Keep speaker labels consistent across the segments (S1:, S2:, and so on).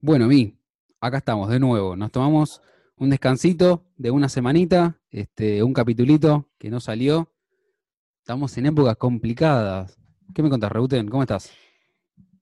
S1: Bueno, Mi, acá estamos de nuevo. Nos tomamos un descansito de una semanita, este, un capitulito que no salió. Estamos en épocas complicadas. ¿Qué me contás, Reuten? ¿Cómo estás?
S2: Eh,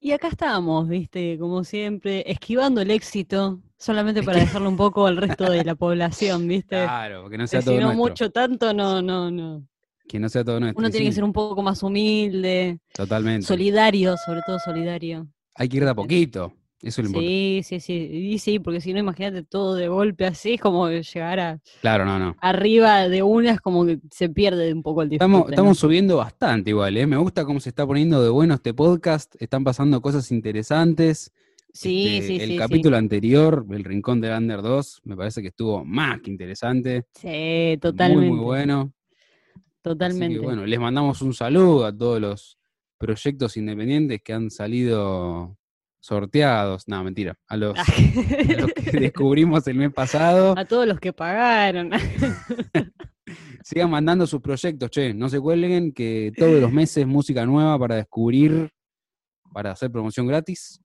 S2: Y acá estamos, viste, como siempre, esquivando el éxito, solamente para dejarlo un poco al resto de la población, viste.
S1: Claro, que no
S2: Que
S1: Ah, sea
S2: si
S1: todo
S2: no
S1: nuestro.
S2: mucho tanto, no, no, no.
S1: Que no sea todo nuestro.
S2: Uno
S1: y
S2: tiene que
S1: sí,
S2: ser un poco más humilde,
S1: Totalmente.
S2: solidario, sobre todo solidario.
S1: Hay que ir de a poquito. Eso es lo importante.
S2: Sí, sí, sí. Y sí, porque si no, imagínate todo de golpe así, es como llegar a,
S1: Claro, no, no.
S2: arriba de una, es como que se pierde un poco el disfrute.
S1: Estamos,
S2: ¿no?
S1: estamos subiendo bastante igual, ¿eh? Me gusta cómo se está poniendo de bueno este podcast. Están pasando cosas interesantes.
S2: Sí,
S1: Este,
S2: sí, sí.
S1: El
S2: sí.
S1: capítulo anterior, El Rincón del Under 2, me parece que estuvo más que interesante.
S2: Sí, totalmente.
S1: Muy, muy bueno. Así que,
S2: Totalmente.
S1: bueno, les mandamos un saludo a todos los proyectos independientes que han salido sorteados. No, mentira. A los,
S2: Ah.
S1: a los que descubrimos el mes pasado.
S2: a todos los que pagaron.
S1: Sigan mandando sus proyectos, che. No se cuelguen que todos los meses música nueva para descubrir, para hacer promoción gratis.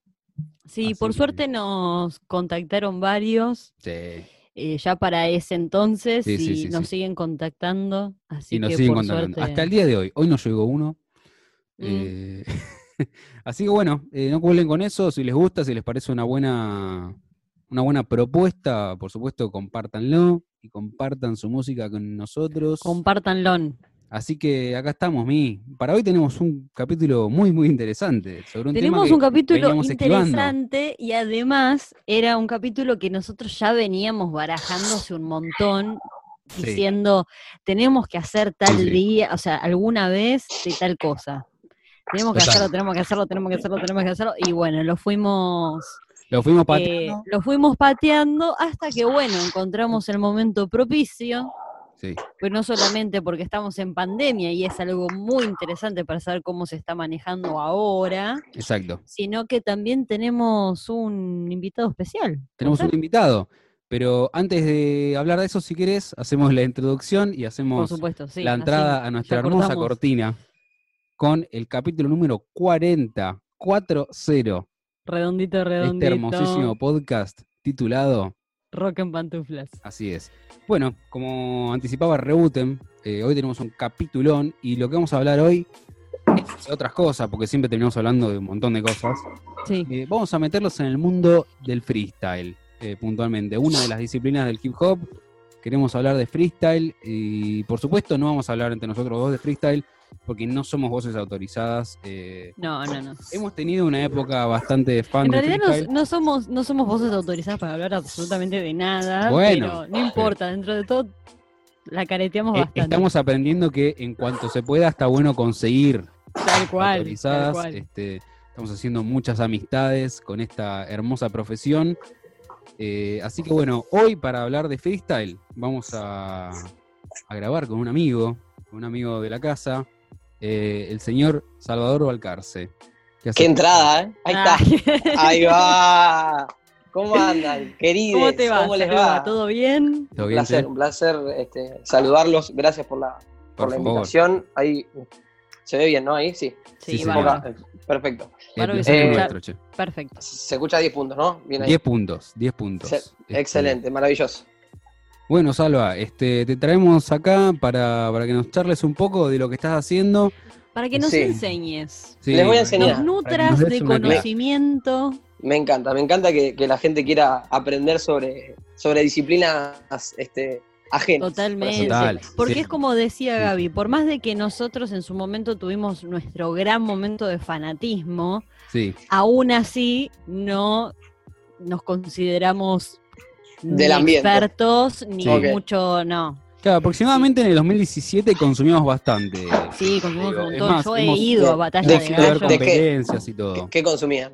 S2: Sí,
S1: Así
S2: por
S1: que-
S2: suerte nos contactaron varios
S1: Sí.
S2: eh, ya para ese entonces
S1: Sí, sí,
S2: y
S1: sí,
S2: nos
S1: sí.
S2: siguen contactando. Así
S1: y nos
S2: que
S1: siguen
S2: por
S1: contando.
S2: suerte.
S1: Hasta el día de hoy. Hoy nos llegó uno.
S2: Mm.
S1: Eh, así que bueno, eh, no cuelen con eso. Si les gusta, si les parece una buena, una buena propuesta, por supuesto, compártanlo y compartan su música con nosotros.
S2: Compártanlo.
S1: así que acá estamos, Mi. Para hoy tenemos un capítulo muy, muy interesante. Sobre un tema
S2: Tenemos
S1: que
S2: un capítulo
S1: veníamos esquivando.
S2: interesante y además era un capítulo que nosotros ya veníamos barajándose un montón,
S1: Sí.
S2: diciendo, tenemos que hacer tal
S1: Sí.
S2: día, o sea, alguna vez de tal cosa. Tenemos que
S1: Total.
S2: hacerlo, tenemos que hacerlo, tenemos que hacerlo, tenemos que hacerlo. Y bueno, lo fuimos,
S1: Lo fuimos
S2: eh,
S1: pateando.
S2: lo fuimos pateando hasta que, bueno, encontramos el momento propicio.
S1: Sí.
S2: Pues no solamente porque estamos en pandemia y es algo muy interesante para saber cómo se está manejando ahora,
S1: Exacto.
S2: sino que también tenemos un invitado especial. ¿puede
S1: Tenemos
S2: ser?
S1: un invitado. Pero antes de hablar de eso, si querés, hacemos la introducción y
S2: Por
S1: hacemos
S2: supuesto, sí.
S1: la
S2: así
S1: entrada a nuestra
S2: ya
S1: hermosa
S2: cortamos.
S1: cortina con el capítulo número 40, 4-0,
S2: Redondito,
S1: de
S2: redondito.
S1: este hermosísimo podcast titulado
S2: Rock en pantuflas.
S1: Así es. Bueno, como anticipaba Rebootem, eh, hoy tenemos un capitulón y lo que vamos a hablar hoy es de otras cosas, porque siempre terminamos hablando de un montón de cosas.
S2: Sí.
S1: Eh, vamos a meterlos en el mundo del freestyle, eh, puntualmente. Una de las disciplinas del hip hop. Queremos hablar de freestyle y, por supuesto, no vamos a hablar entre nosotros dos de freestyle porque no somos voces autorizadas. eh.
S2: No, no, no.
S1: Hemos tenido una época bastante fan
S2: En
S1: de
S2: realidad
S1: freestyle.
S2: no, no somos, no somos voces autorizadas para hablar absolutamente de nada.
S1: Bueno,
S2: pero no importa, dentro de todo la careteamos
S1: Eh,
S2: bastante.
S1: estamos aprendiendo que en cuanto se pueda está bueno conseguir
S2: tal cual. Tal
S1: autorizadas.
S2: cual.
S1: este, estamos haciendo muchas amistades con esta hermosa profesión. Eh, así que bueno, hoy para hablar de freestyle vamos a, a grabar con un amigo, con un amigo de la casa, eh, el señor Salvador Valcarce. ¿Qué hace?
S3: Qué entrada, ¿eh? Ahí
S2: Ah,
S3: está.
S2: Ay,
S3: Ahí va. ¿Cómo andan, queridos?
S2: ¿Cómo te va?
S3: ¿Cómo les
S2: Saluda,
S3: va?
S2: ¿Todo bien?
S1: ¿Todo
S3: Un
S1: bien,
S3: placer,
S1: che?
S3: un placer este, saludarlos. Gracias por la, por
S1: Por
S3: la
S1: favor.
S3: invitación. Ahí se ve bien, ¿no? Ahí sí.
S1: Sí, sí,
S2: bárbaro.
S1: va.
S3: Poca- eh, perfecto.
S1: El
S2: Bárbaro
S1: placer
S2: que
S3: se
S1: es
S3: escucha.
S1: nuestro, che.
S2: Perfecto.
S3: Se escucha 10 puntos, ¿no? Bien ahí.
S1: 10 puntos, 10 puntos.
S3: Se-
S1: Este,
S3: Excelente, maravilloso.
S1: Bueno, Salva, este, te traemos acá para, para que nos charles un poco de lo que estás haciendo.
S2: Para que nos
S3: Sí.
S2: enseñes.
S1: Sí,
S3: Les voy a
S2: Nos
S3: enseñar. Genial.
S1: Para que
S2: nutras
S1: nos des
S2: de
S1: una clase.
S2: conocimiento.
S3: Me encanta, me encanta que, que la gente quiera aprender sobre, sobre disciplinas este, ajenas. por así
S2: Totalmente.
S3: decirlo.
S1: Total.
S2: Porque
S1: sí.
S2: es como decía
S1: Sí,
S2: Gaby, por más de que nosotros en su momento tuvimos nuestro gran momento de fanatismo,
S1: Sí,
S2: aún así no nos consideramos
S3: Del
S2: ni
S3: ambiente.
S2: expertos ni
S1: Sí. Ok.
S2: mucho, no.
S1: claro, aproximadamente en el 2017 consumimos bastante.
S2: Sí, consumimos
S1: Digo,
S2: un
S1: es
S2: montón.
S1: más,
S2: Yo he
S1: hemos-
S2: ido a
S3: de-
S2: batalla de,
S3: de-
S1: Hemos ido a ver
S2: gallo.
S3: de- qué?
S1: competencias y
S3: ¿Qué,
S1: todo.
S3: qué consumían?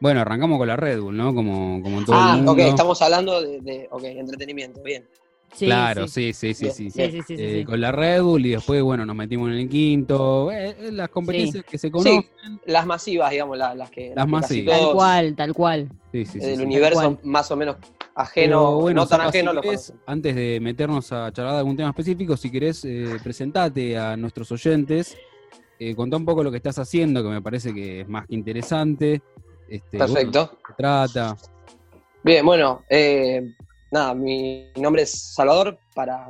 S1: Bueno, arrancamos con la Red Bull, ¿no? Como, como en todo el
S3: Ah,
S1: mundo.
S3: ok, estamos hablando de, de ok, entretenimiento, bien.
S2: Sí,
S1: claro,
S2: sí,
S1: sí, sí, sí, sí.
S2: sí, sí, sí, sí,
S1: Eh,
S2: sí.
S1: Con la Red Bull y después, bueno, nos metimos en el quinto. Eh, eh, las competencias que se conocen.
S3: Sí, las masivas, digamos, la- las, que.
S1: Las
S3: que
S1: masivas.
S3: casi
S2: Tal
S3: todos
S2: cual, tal cual.
S1: Sí, sí, sí,
S3: Del
S1: sí.
S3: universo
S2: Tal
S3: más o menos
S1: Pero,
S3: ajeno, no tan
S1: Sapa, si
S3: ajeno, lo
S1: querés,
S3: conocen.
S1: antes de meternos a charlar de algún tema específico, si querés, eh, presentate a nuestros oyentes, eh, contá un poco lo que estás haciendo, que me parece que es más que interesante. Este, bueno,
S3: Perfecto.
S1: ¿de qué se trata.
S3: Bien, bueno, eh, nada, mi nombre es Salvador, para,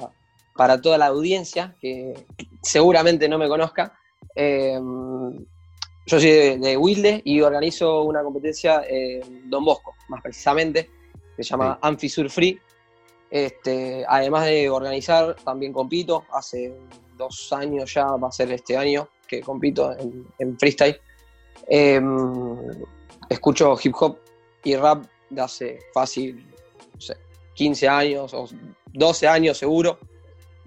S3: para toda la audiencia que seguramente no me conozca. Eh, yo soy de, de Wilde y organizo una competencia en Don Bosco, más precisamente, que se llama
S1: Sí.
S3: Anfisur Free. Este, además de organizar, también compito. Hace dos años ya, va a ser este año, que compito en, en freestyle. Eh, escucho hip hop y rap de hace fácil, no sé, 15 años o 12 años seguro.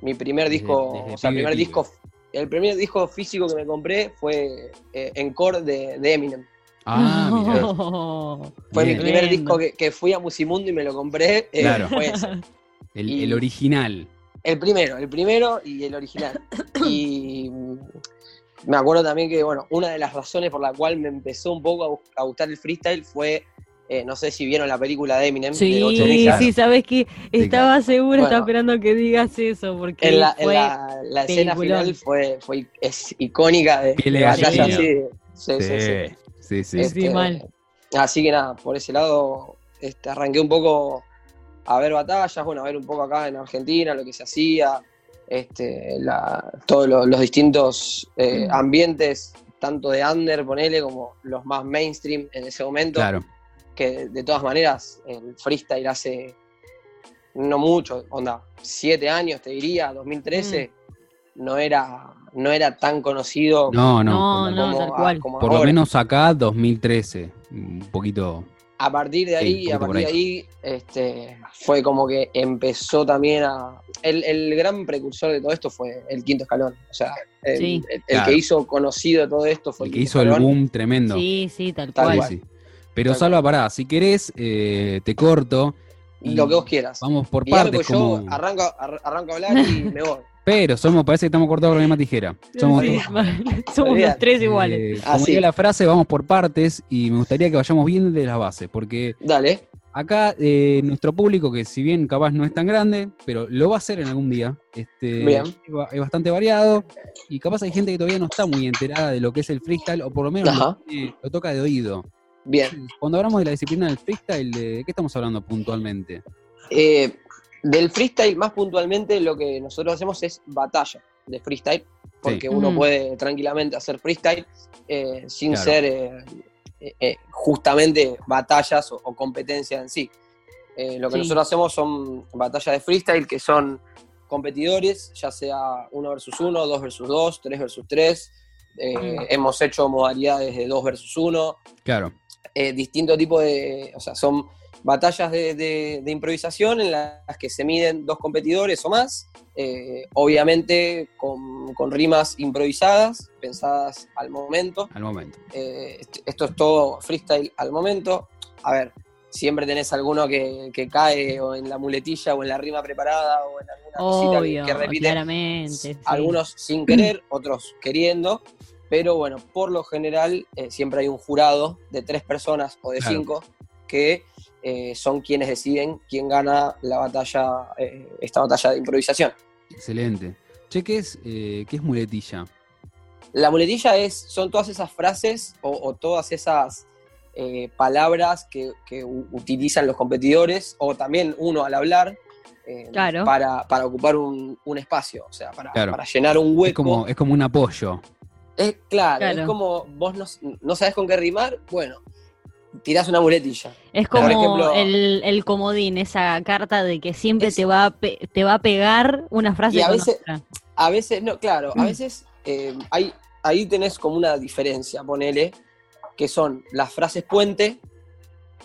S3: Mi primer
S1: Desde-
S3: disco,
S1: desde
S3: o sea, el
S1: pibe,
S3: primer
S1: pibe.
S3: disco, el primer disco físico que me compré fue eh, Encore de, de Eminem.
S1: Ah, mirá.
S2: No.
S3: Fue
S1: Bien.
S3: mi primer
S2: Tremendo.
S3: disco que, que fui a Musimundo y me lo compré. eh,
S1: Claro.
S3: fue ese.
S1: El,
S3: Y-
S1: el original.
S3: El primero, el primero y el original. Y mm, me acuerdo también que, bueno, una de las razones por la cual me empezó un poco a gu- a gustar el freestyle fue, eh, no sé si vieron la película de Eminem. de
S2: Sí,
S3: 8
S2: sí,
S3: Millas.
S1: claro.
S2: sabes que estaba segura, estaba
S3: Bueno.
S2: esperando que digas eso, porque
S3: En la, en
S2: fue
S3: la- la escena
S2: peliculón.
S3: final fue, fue es icónica de,
S1: Piel de
S3: de batalla
S2: gallina.
S3: así. de- sí, sí, sí.
S1: sí, sí.
S2: Es-
S3: Este,
S2: mal.
S3: Así que nada, por ese lado este, arranqué un poco a ver batallas, bueno, a ver un poco acá en Argentina, lo que se hacía, este, la- todos lo- los distintos eh,
S2: Mm.
S3: ambientes, tanto de under, ponele, como los más mainstream en ese momento,
S1: Claro.
S3: que de todas maneras el freestyle hace no mucho, onda, siete años te diría, 2013,
S2: Mm.
S3: no, era, no era tan conocido
S1: No, no.
S2: No,
S1: por-
S2: no, tal cual.
S3: como
S1: Por lo
S3: ahora.
S1: menos acá, 2013. Un poquito.
S3: a partir de
S1: Sí,
S3: ahí,
S1: un
S3: a
S1: poquito
S3: partir de ahí, este, fue como que empezó también a. El, el gran precursor de todo esto fue el quinto escalón. O sea, el,
S2: Sí.
S3: el- el
S1: Claro.
S3: que hizo conocido todo esto fue
S1: El que hizo el
S3: Quinto Escalón.
S1: boom tremendo.
S2: Sí, sí, tal
S3: Tal
S2: cual.
S3: cual.
S1: Sí, sí. Pero
S3: Tal
S1: Salva, pará, si querés, eh, te corto. y
S3: Lo que vos quieras.
S1: Vamos por
S3: Y dame,
S1: partes.
S3: pues
S1: Como...
S3: yo arranco, ar- arranco a hablar y me voy.
S1: Pero somos, parece que estamos cortados con la misma tijera. Somos
S2: Sí,
S1: todos-
S2: mal. Somos los
S3: Olvídate.
S2: tres iguales.
S1: Eh, como
S3: Así.
S1: diría la frase, vamos por partes y me gustaría que vayamos bien desde las bases, porque
S3: Dale.
S1: acá eh, nuestro público, que si bien capaz no es tan grande, pero lo va a hacer en algún día, este,
S3: Bien.
S1: es ba- es bastante variado y capaz hay gente que todavía no está muy enterada de lo que es el freestyle o por lo menos lo,
S3: Ajá.
S1: tiene- lo toca de oído.
S3: Bien.
S1: Cuando hablamos de la disciplina del freestyle, ¿de qué estamos hablando puntualmente?
S3: Eh, del freestyle, más puntualmente, lo que nosotros hacemos es batalla de freestyle. porque uno
S2: Mm.
S3: puede tranquilamente hacer freestyle eh, sin
S1: Claro.
S3: ser eh, eh, eh, justamente batallas o, o competencia en sí. Eh, lo que
S2: Sí.
S3: nosotros hacemos son batallas de freestyle que son competidores, ya sea uno versus uno, dos versus dos, tres versus tres. Eh,
S2: Mm.
S3: Hemos hecho modalidades de dos versus uno,
S1: Claro,
S3: eh, distinto tipo de. O sea, son batallas de, de- de improvisación en las que se miden dos competidores o más, eh, obviamente con, con rimas improvisadas, pensadas al momento.
S1: al momento.
S3: Eh, est- esto es todo freestyle al momento. A ver, siempre tenés alguno que, que cae o en la muletilla o en la rima preparada o en alguna cosita que-
S2: Obvio,
S3: que repite
S2: claramente. sí.
S3: algunos sin querer, otros queriendo, pero bueno, por lo general eh, siempre hay un jurado de tres personas o de
S1: Claro.
S3: cinco que eh, son quienes deciden quién gana la batalla, eh, esta batalla de improvisación.
S1: Excelente. Che, ¿qué es, eh, qué es muletilla?
S3: La muletilla es, son todas esas frases o, o todas esas eh, palabras que, que u- utilizan los competidores o también uno al hablar eh,
S2: Claro.
S3: para, para ocupar un, un espacio, o sea, para,
S1: Claro.
S3: para llenar un hueco.
S1: Es como, es como un apoyo.
S3: Es claro,
S2: Claro.
S3: es como vos no, no sabes con qué rimar, bueno, tirás una muletilla.
S2: Es
S1: Por
S2: como
S3: ejemplo-
S2: el, el comodín, esa carta de que siempre
S3: Es-
S2: te, va a pe- te va a pegar una frase
S3: Y a
S2: con
S3: veces-
S2: otra.
S3: A veces, no, claro,
S2: Mm.
S3: a veces eh, hay, ahí tenés como una diferencia, ponele, que son las frases puente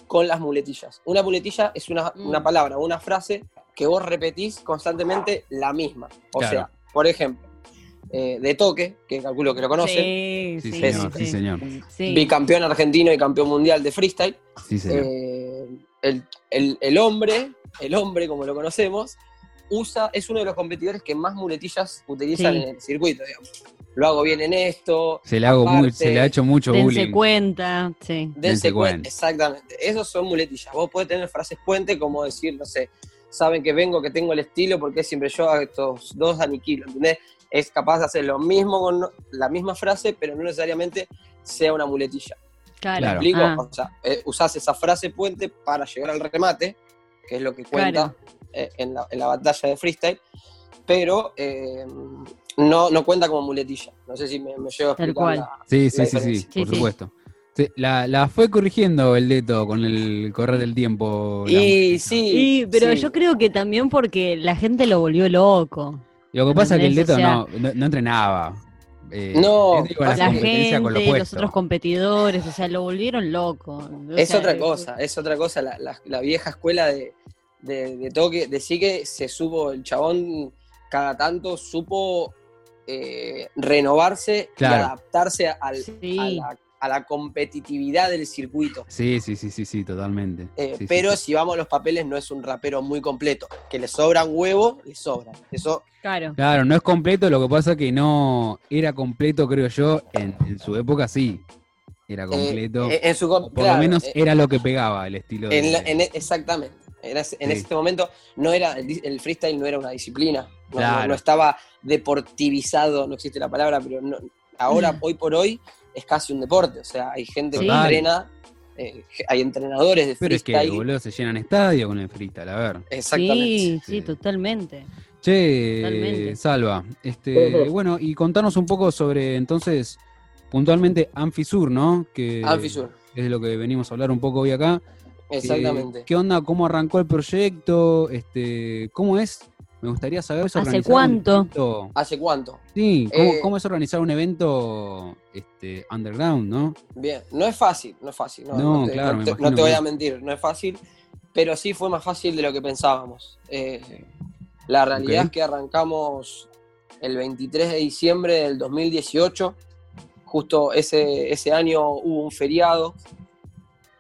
S3: con las muletillas. Una muletilla es una,
S2: Mm.
S3: una palabra, una frase que vos repetís constantemente la misma. O
S1: Claro.
S3: sea, por ejemplo, eh, de toque, que calculo que lo conocen,
S1: Sí,
S2: Sí, sí,
S1: señor, sí,
S2: sí.
S1: señor.
S2: Sí.
S3: bicampeón argentino y campeón mundial de freestyle.
S1: Sí, señor.
S3: Eh, el, el- el hombre, el hombre como lo conocemos, usa, es uno de los competidores que más muletillas utilizan
S2: Sí.
S3: en el circuito, digamos. Lo hago bien en esto,
S1: se, le hago muy-
S3: aparte,
S1: se le ha hecho mucho
S2: Dense
S1: bullying.
S2: cuenta, sí.
S1: Dense
S3: dense cuenta.
S1: cuenta.
S3: Exactamente, esos son muletillas. Vos podés tener frases puente como decir, no sé, saben que vengo, que tengo el estilo, porque siempre yo a estos dos aniquilo, ¿entendés? Es capaz de hacer lo mismo con la misma frase, pero no necesariamente sea una muletilla.
S1: Claro.
S3: ¿Me explico?
S2: Ah,
S3: O sea, eh, usás esa frase puente para llegar al remate, que es lo que cuenta eh, en, la, en la batalla de freestyle, pero eh, no, no cuenta como muletilla. No sé si me, me llevo a
S2: Tal
S3: explicar.
S2: cual.
S3: la-
S1: Sí, sí,
S3: la
S1: sí, sí,
S3: diferencia.
S1: por
S2: Sí, sí.
S1: supuesto. Sí, la, la fue corrigiendo el Deto con el correr del tiempo. la
S3: Y
S1: música.
S3: sí,
S2: Y, pero
S3: sí.
S2: yo creo que también porque la gente lo volvió loco.
S1: Lo que pasa es que el
S2: ¿Entendés?
S1: Deto
S2: O sea-
S1: no, no, no entrenaba. Eh,
S3: No,
S1: él iba a
S3: La
S2: La,
S1: las competencias
S2: gente,
S1: con lo
S2: los
S1: puesto.
S2: otros competidores, o sea, lo volvieron loco. O
S3: Es
S2: sea, eh,
S3: otra cosa, es otra cosa. La, la- la vieja escuela de, de, de toque, decir que se supo, el chabón cada tanto supo eh, renovarse y
S1: Claro.
S3: adaptarse al,
S2: Sí.
S3: a, la, a la competitividad del circuito.
S1: Sí, sí, sí, sí, sí, totalmente.
S3: Eh,
S1: Sí, sí,
S3: pero
S1: sí.
S3: si vamos a los papeles, no es un rapero muy completo. Que le sobran huevos, le sobran. Eso,
S2: Claro.
S1: Claro, no es completo, lo que pasa que no era completo, creo yo, en, en su época sí. Era
S3: eh,
S1: completo.
S3: eh, en su com-
S1: por
S3: claro,
S1: lo menos
S3: eh,
S1: era lo que pegaba el estilo. de-
S3: en la- en- e, exactamente. Era- en
S1: Sí.
S3: este momento no era el, di- el freestyle no era una disciplina. No, no-
S1: Claro.
S3: no estaba deportivizado, no existe la palabra, pero no- ahora, hoy por hoy, es casi un deporte. O sea, hay gente que
S1: Total.
S3: entrena, eh, hay entrenadores de
S1: Pero es que,
S3: freestyle.
S1: boludo, se llenan estadios con el freestyle, a ver.
S3: Exactamente.
S2: Sí,
S1: Sí.
S2: sí, totalmente.
S1: Che,
S2: Totalmente.
S1: Salva, este, bueno, y contanos un poco sobre, entonces, puntualmente Anfisur, ¿no? Que
S3: Anfisur,
S1: es de lo que venimos a hablar un poco hoy acá.
S3: exactamente.
S1: Eh, ¿Qué onda? ¿Cómo arrancó el proyecto? Este, ¿Cómo es? Me gustaría saber eso.
S2: ¿Hace
S1: organizar un
S2: cuánto?
S1: evento.
S3: ¿Hace cuánto?
S1: Sí, ¿cómo,
S3: Eh,
S1: cómo es organizar un evento este, underground, no?
S3: Bien, no es fácil, no es fácil. No,
S1: No,
S3: no te,
S1: claro,
S3: no
S1: me
S3: te-
S1: imagino
S3: no te voy
S1: que-
S3: a mentir, no es fácil, pero sí fue más fácil de lo que pensábamos. Eh, la realidad
S1: Ok.
S3: es que arrancamos el 23 de diciembre del 2018, justo ese, ese año hubo un feriado,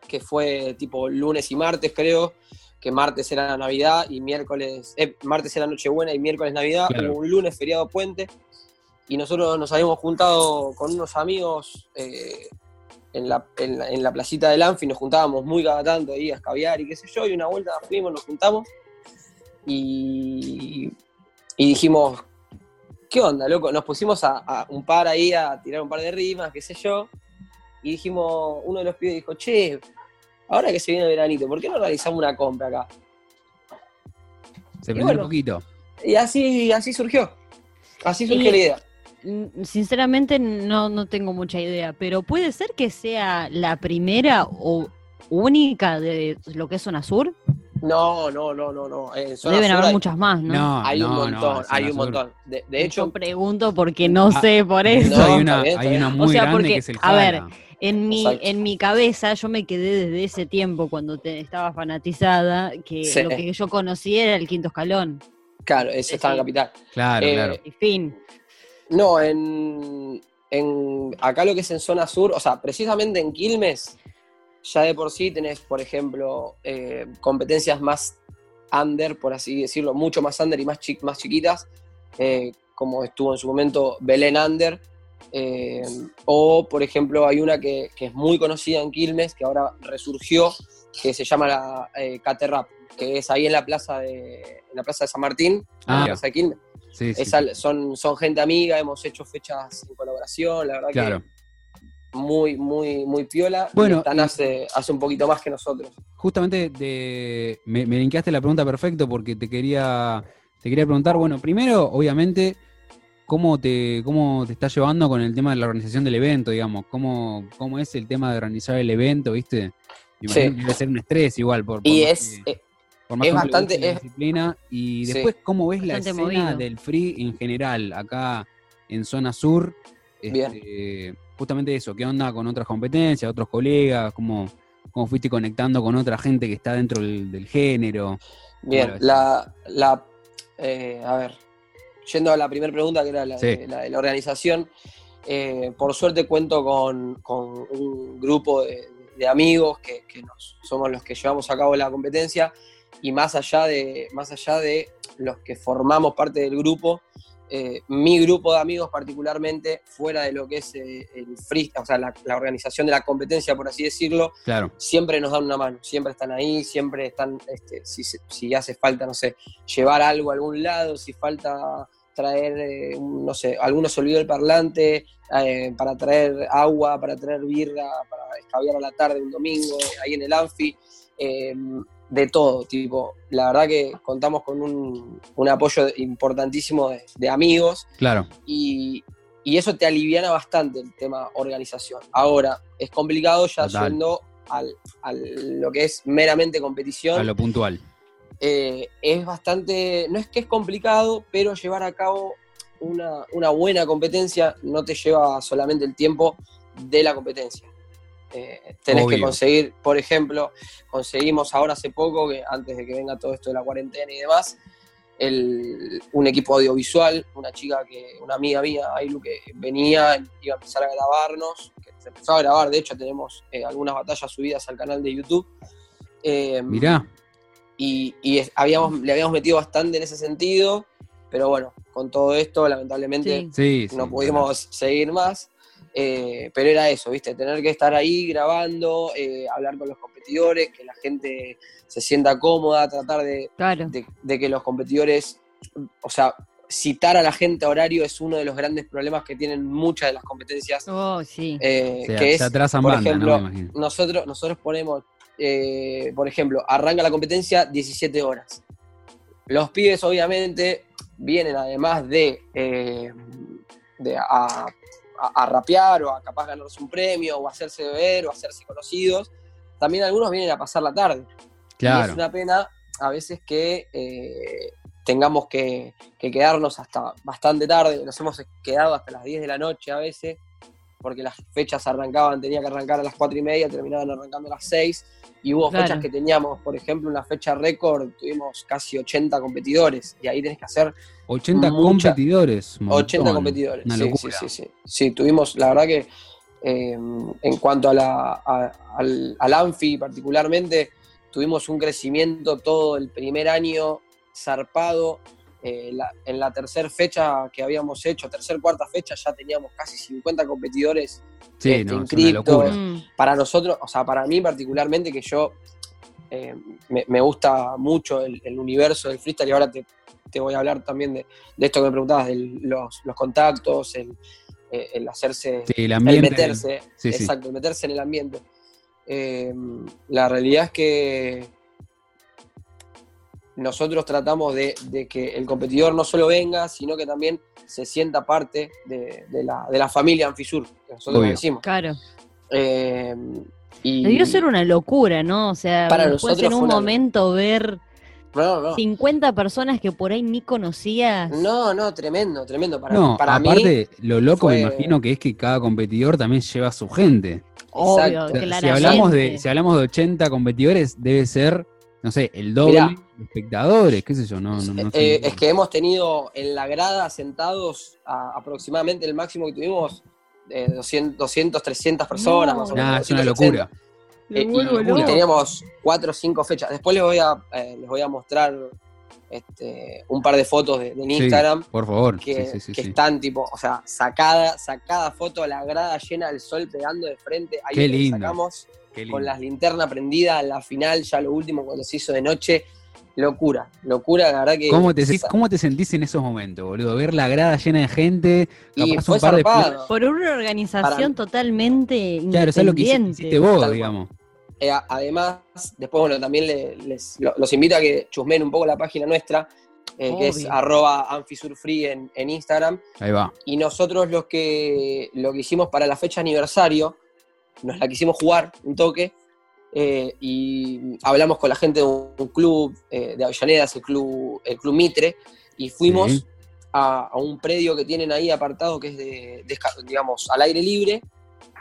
S3: que fue tipo lunes y martes creo, que martes era Navidad y miércoles, eh, martes era Nochebuena y miércoles Navidad,
S1: Claro.
S3: hubo un lunes feriado puente, y nosotros nos habíamos juntado con unos amigos eh, en, la, en, la, en la placita del Anfi, nos juntábamos muy cada tanto ahí a escabiar y qué sé yo, y una vuelta fuimos, nos juntamos y, y dijimos, ¿qué onda, loco? Nos pusimos a, a un par ahí a tirar un par de rimas, qué sé yo, y dijimos, uno de los pibes dijo, che, ahora que se viene el veranito, ¿por qué no realizamos una compra acá?
S1: Se
S3: y
S1: prendió
S3: bueno.
S1: un poquito.
S3: Y así, así surgió, así surgió
S2: Y-
S3: la idea.
S2: Mm, Sinceramente no, no tengo mucha idea, pero puede ser que sea la primera o única de lo que es Zona Sur.
S3: No, no, no, no, no. En zona
S2: Deben
S3: sur
S2: haber
S3: hay-
S2: muchas más, ¿no?
S1: No,
S3: Hay un
S1: no, no,
S3: montón,
S1: zona
S3: hay un
S1: sur.
S3: montón. De, de
S2: Yo
S3: hecho,
S2: pregunto porque no
S1: Ah,
S2: sé por
S1: De hecho,
S2: eso.
S3: No,
S1: hay
S3: está
S1: una,
S3: bien, está
S1: hay una
S3: bien.
S1: muy
S2: O sea,
S1: grande
S2: porque,
S1: que es el
S2: a ver,
S1: Jara.
S2: En mi,
S3: Exacto.
S2: en mi cabeza yo me quedé desde ese tiempo cuando te, estaba fanatizada que
S3: Sí.
S2: lo que yo conocía era el quinto escalón.
S3: claro, eso estaba en
S2: Sí.
S3: Capital.
S1: Claro,
S3: eh,
S1: claro.
S2: Y fin.
S3: No, en, en- acá lo que es en zona sur, o sea, precisamente en Quilmes, ya de por sí tenés, por ejemplo, eh, competencias más under, por así decirlo, mucho más under y más, chi- más chiquitas, eh, como estuvo en su momento Belén Under, eh, o por ejemplo hay una que, que es muy conocida en Quilmes, que ahora resurgió, que se llama la eh, Cate Rap, que es ahí en la plaza de, en la plaza de San Martín, en
S1: Ah.
S3: la plaza de Quilmes.
S1: Sí, sí,
S3: Es al- son, son gente amiga, hemos hecho fechas en colaboración, la verdad
S1: claro.
S3: que muy, muy, muy piola. y
S1: Bueno,
S3: están hace, hace un poquito más que nosotros.
S1: Justamente de, me, me linkeaste la pregunta perfecto porque te quería, te quería preguntar, bueno, primero, obviamente, ¿cómo te, cómo te estás llevando con el tema de la organización del evento, digamos? ¿Cómo, cómo es el tema de organizar el evento, viste? Me imagino
S3: Sí.
S1: que debe ser un estrés igual. Por, por
S3: Y
S1: más
S3: es,
S1: que-
S3: eh,
S1: por más
S3: Es
S1: que uno le
S3: bastante-
S1: guste la
S3: es-
S1: disciplina. Y
S3: Sí.
S1: después, ¿cómo ves la
S2: Bastante
S1: escena
S2: movido.
S1: del free en general acá en zona sur?
S3: Bien.
S1: Este, Justamente eso, ¿qué onda con otras competencias, otros colegas? ¿Cómo, cómo fuiste conectando con otra gente que está dentro del, del género?
S3: bien,
S1: ves?
S3: la, la eh, a ver, yendo a la primera pregunta que era la,
S1: Sí.
S3: de, la de la organización, eh, por suerte cuento con, con un grupo de, de amigos que, que nos, somos los que llevamos a cabo la competencia y más allá de, más allá de los que formamos parte del grupo, eh, mi grupo de amigos particularmente, fuera de lo que es eh, el free, o sea, la, la organización de la competencia, por así decirlo,
S1: Claro,
S3: siempre nos dan una mano, siempre están ahí, siempre están, este, si, se- si hace falta, no sé, llevar algo a algún lado, si falta traer, eh, un- no sé, algunos se olvidó el parlante, eh, para traer agua, para traer birra, para escabiar a la tarde un domingo, ahí en el Anfi, eh, de todo, tipo, la verdad que contamos con un, un apoyo importantísimo de- de amigos
S1: Claro,
S3: y, y eso te aliviana bastante el tema organización. Ahora, es complicado ya
S1: Total.
S3: yendo al, al- lo que es meramente competición.
S1: a lo puntual.
S3: Eh, es bastante, no es que es complicado, pero llevar a cabo una, una buena competencia no te lleva solamente el tiempo de la competencia. Eh, tenés que
S1: Obvio.
S3: conseguir, por ejemplo, conseguimos ahora hace poco, que antes de que venga todo esto de la cuarentena y demás, el- un equipo audiovisual, una chica que, una amiga mía, Ailu, que venía, iba a empezar a grabarnos, que se empezó a grabar, de hecho tenemos eh, algunas batallas subidas al canal de YouTube. Eh,
S1: Mirá,
S3: y, y es- habíamos, le habíamos metido bastante en ese sentido, pero bueno, con todo esto lamentablemente
S2: Sí.
S1: sí. sí,
S3: no
S1: claro.
S3: pudimos seguir más, eh, pero era eso, ¿viste? Tener que estar ahí grabando, eh, hablar con los competidores, que la gente se sienta cómoda, tratar de,
S2: Claro.
S3: de- de que los competidores, o sea, citar a la gente a horario es uno de los grandes problemas que tienen muchas de las competencias,
S2: Oh, sí.
S3: eh,
S1: O sea,
S3: que es
S1: se atrasan
S3: por
S1: banda,
S3: ejemplo,
S1: ¿no? Me imagino.
S3: nosotros, nosotros ponemos, eh, por ejemplo, arranca la competencia 17 horas. Los pibes, obviamente, vienen además de, eh, de a, a- a rapear o a capaz ganarse un premio o hacerse ver o hacerse conocidos. También algunos vienen a pasar la tarde. Y es
S1: Claro,
S3: una pena a veces que eh, tengamos que, que quedarnos hasta bastante tarde. Nos hemos quedado hasta las 10 de la noche a veces, porque las fechas arrancaban, tenía que arrancar a las 4 y media, terminaban arrancando a las 6. Y hubo
S2: Claro.
S3: fechas que teníamos, por ejemplo, una fecha récord, tuvimos casi 80 competidores, y ahí tenés que hacer
S1: 80
S3: mucha-
S1: competidores. un
S3: 80
S1: montón.
S3: competidores.
S1: Una
S3: sí,
S1: locura.
S3: Sí, sí, sí. Sí, tuvimos, la verdad que eh, en cuanto a la, a- al, al Anfi particularmente, tuvimos un crecimiento todo el primer año zarpado. Eh, la- en la tercera fecha que habíamos hecho, tercer, cuarta fecha, ya teníamos casi 50 competidores
S1: Sí,
S3: este,
S1: no, es una
S3: inscriptos,
S1: locura.
S2: Mm,
S3: para nosotros, o sea, para mí particularmente, que yo eh, me, me gusta mucho el, el universo del freestyle y ahora te, te voy a hablar también de, de esto que me preguntabas, de los, los contactos, el, eh, el hacerse,
S1: Sí, el
S3: el
S1: ambiente.
S3: meterse,
S1: Sí, sí.
S3: exacto, el meterse en el ambiente. Eh, la realidad es que nosotros tratamos de, de que el competidor no solo venga, sino que también se sienta parte de, de la, de la familia Anfisur, que nosotros
S1: Obvio.
S3: decimos.
S2: claro.
S3: Eh, y
S2: Debió ser una locura, ¿no? O sea,
S3: Para
S2: después en
S3: nosotros
S2: un
S3: fue una-
S2: momento ver
S3: no, no,
S2: 50 personas que por ahí ni conocías.
S3: no, no, tremendo, tremendo. Para,
S1: no,
S3: para mí,
S1: aparte, lo loco me
S3: fue-
S1: imagino que es que cada competidor también lleva su gente.
S2: Obvio,
S1: O sea, si,
S2: claramente.
S1: hablamos de, si hablamos de 80 competidores, debe ser, no sé, el doble
S3: Mirá.
S1: de espectadores, qué sé yo, no, no, no sé.
S3: eh, es que hemos tenido en la grada sentados a- aproximadamente el máximo que tuvimos. eh, 200, 200, 300 personas,
S2: No.
S3: más o menos.
S1: Nah, es una
S3: 280.
S1: locura.
S2: Me
S3: Eh,
S2: vuelvo
S3: y
S2: loca.
S3: teníamos cuatro o cinco fechas. Después les voy a, eh, les voy a mostrar este, un par de fotos de, de
S1: Sí,
S3: Instagram
S1: por favor.
S3: que,
S1: sí, sí, sí,
S3: que
S1: sí.
S3: están tipo, o sea, sacada, sacada foto, la grada llena del sol pegando de frente. Ahí
S1: Qué
S3: lo que
S1: lindo.
S3: sacamos
S1: Qué lindo.
S3: con las linternas prendidas, la final, ya lo último cuando se hizo de noche. Locura, locura, la verdad que.
S1: ¿Cómo te,
S3: sa-
S1: ¿Cómo te sentís en esos momentos, boludo? Ver la grada llena de gente,
S3: y
S1: capaz
S3: fue
S1: un par de
S3: zarpado.
S2: Por una organización totalmente
S1: claro, ¿sabes lo que hici-
S2: independiente.
S1: hiciste vos,
S3: Tal cual.
S1: digamos?
S3: Eh, a- además, después, bueno, también le- les, lo- los invito a que chusmen un poco la página nuestra, eh, que es
S2: Obvio.
S3: arroba anfisurfree en, en Instagram.
S1: Ahí va.
S3: Y nosotros lo que, lo que hicimos para la fecha aniversario, nos la quisimos jugar un toque. eh, y hablamos con la gente de un club eh, de Avellaneda, es el club, el club Mitre, y fuimos
S1: Sí.
S3: a, a un predio que tienen ahí apartado que es de, de esca- digamos, al aire libre.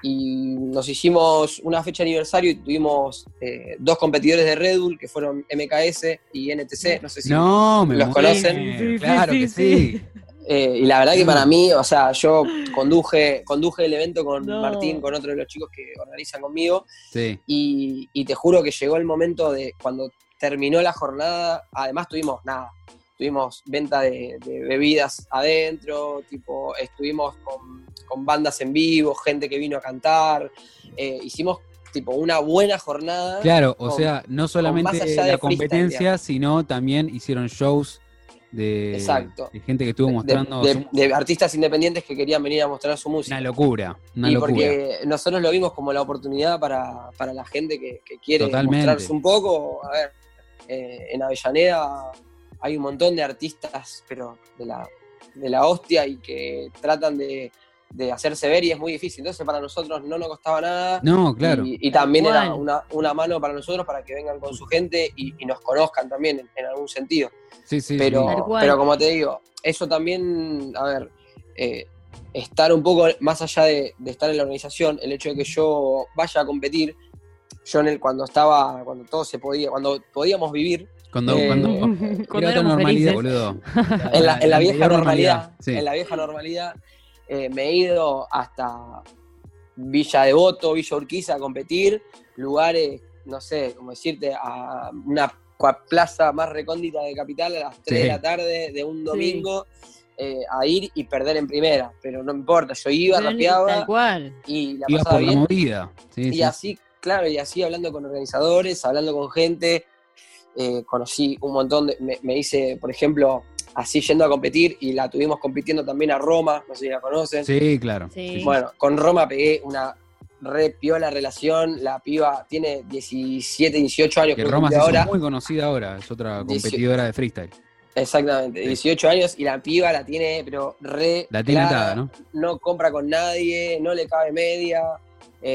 S3: Y nos hicimos una fecha de aniversario y tuvimos eh, dos competidores de Red Bull que fueron MKS y NTC. No sé si.
S1: No, me
S3: ¿Los
S1: muero.
S3: conocen?
S1: claro que sí.
S3: Eh, y la verdad que
S1: Mm.
S3: para mí, o sea, yo conduje, conduje el evento con
S2: No.
S3: Martín, con otro de los chicos que organizan conmigo.
S1: Sí,
S3: y, y te juro que llegó el momento de cuando terminó la jornada, además tuvimos nada, tuvimos venta de, de bebidas adentro, tipo, estuvimos con, con bandas en vivo, gente que vino a cantar, eh, hicimos tipo una buena jornada.
S1: claro, o
S3: con-
S1: sea, no solamente
S3: allá de
S1: la
S3: freestyle,
S1: competencia, sino también hicieron shows de,
S3: Exacto.
S1: de gente que estuvo
S3: de,
S1: mostrando
S3: de-
S1: su-
S3: de artistas independientes que querían venir a mostrar su música.
S1: una locura, una
S3: y
S1: locura.
S3: porque nosotros lo vimos como la oportunidad para, para la gente que, que quiere
S1: Totalmente.
S3: mostrarse un poco. A ver, eh, en Avellaneda hay un montón de artistas, pero de la, de la hostia y que tratan de, de hacerse ver y es muy difícil. Entonces para nosotros no nos costaba nada.
S1: No, claro.
S3: Y, y también
S2: Tal
S3: era
S2: cual.
S3: una, una mano para nosotros para que vengan con su gente y, y nos conozcan también en- en algún sentido
S1: sí, sí, sí.
S2: Tal
S3: pero,
S2: cual.
S3: pero como te digo, eso también, a ver, eh, estar un poco más allá de, de estar en la organización, el hecho de que yo vaya a competir, yo en el cuando estaba, cuando todo se podía, cuando podíamos vivir,
S1: Cuando,
S3: eh,
S1: cuando,
S3: Cuando
S1: era otra
S2: éramos
S1: normalidad,
S2: felices.
S1: boludo.
S3: en la, en la vieja
S1: anterior
S3: normalidad,
S1: Sí.
S3: en la vieja normalidad, eh, me he ido hasta Villa Devoto, Villa Urquiza a competir, lugares, no sé, como decirte, a una cua- plaza más recóndita de Capital a las 3
S1: Sí.
S3: de la tarde de un domingo, eh, a ir y perder en primera, pero no importa, yo iba,
S2: Tal
S3: rapeaba
S2: cual.
S3: y la
S1: Ibas
S3: pasaba
S1: por la
S3: bien,
S1: movida. Sí, sí,
S3: y así, claro, y así hablando con organizadores, hablando con gente, eh, conocí un montón de. Me, me hice, por ejemplo, así yendo a competir y la tuvimos compitiendo también a Roma, no sé si la conocen.
S1: Sí, claro.
S2: Sí.
S1: Sí, sí.
S3: Bueno, con Roma pegué una re piola relación. La piba tiene 17, 18 años,
S1: Que
S3: creo que
S1: Roma se
S3: cumple
S1: hizo
S3: ahora.
S1: muy conocida ahora, es otra
S3: Diecio-
S1: competidora de freestyle.
S3: Exactamente,
S1: Sí.
S3: 18 años y la piba la tiene, pero re.
S1: La tiene
S3: clara,
S1: atada, ¿no?
S3: no compra con nadie, no le cabe media,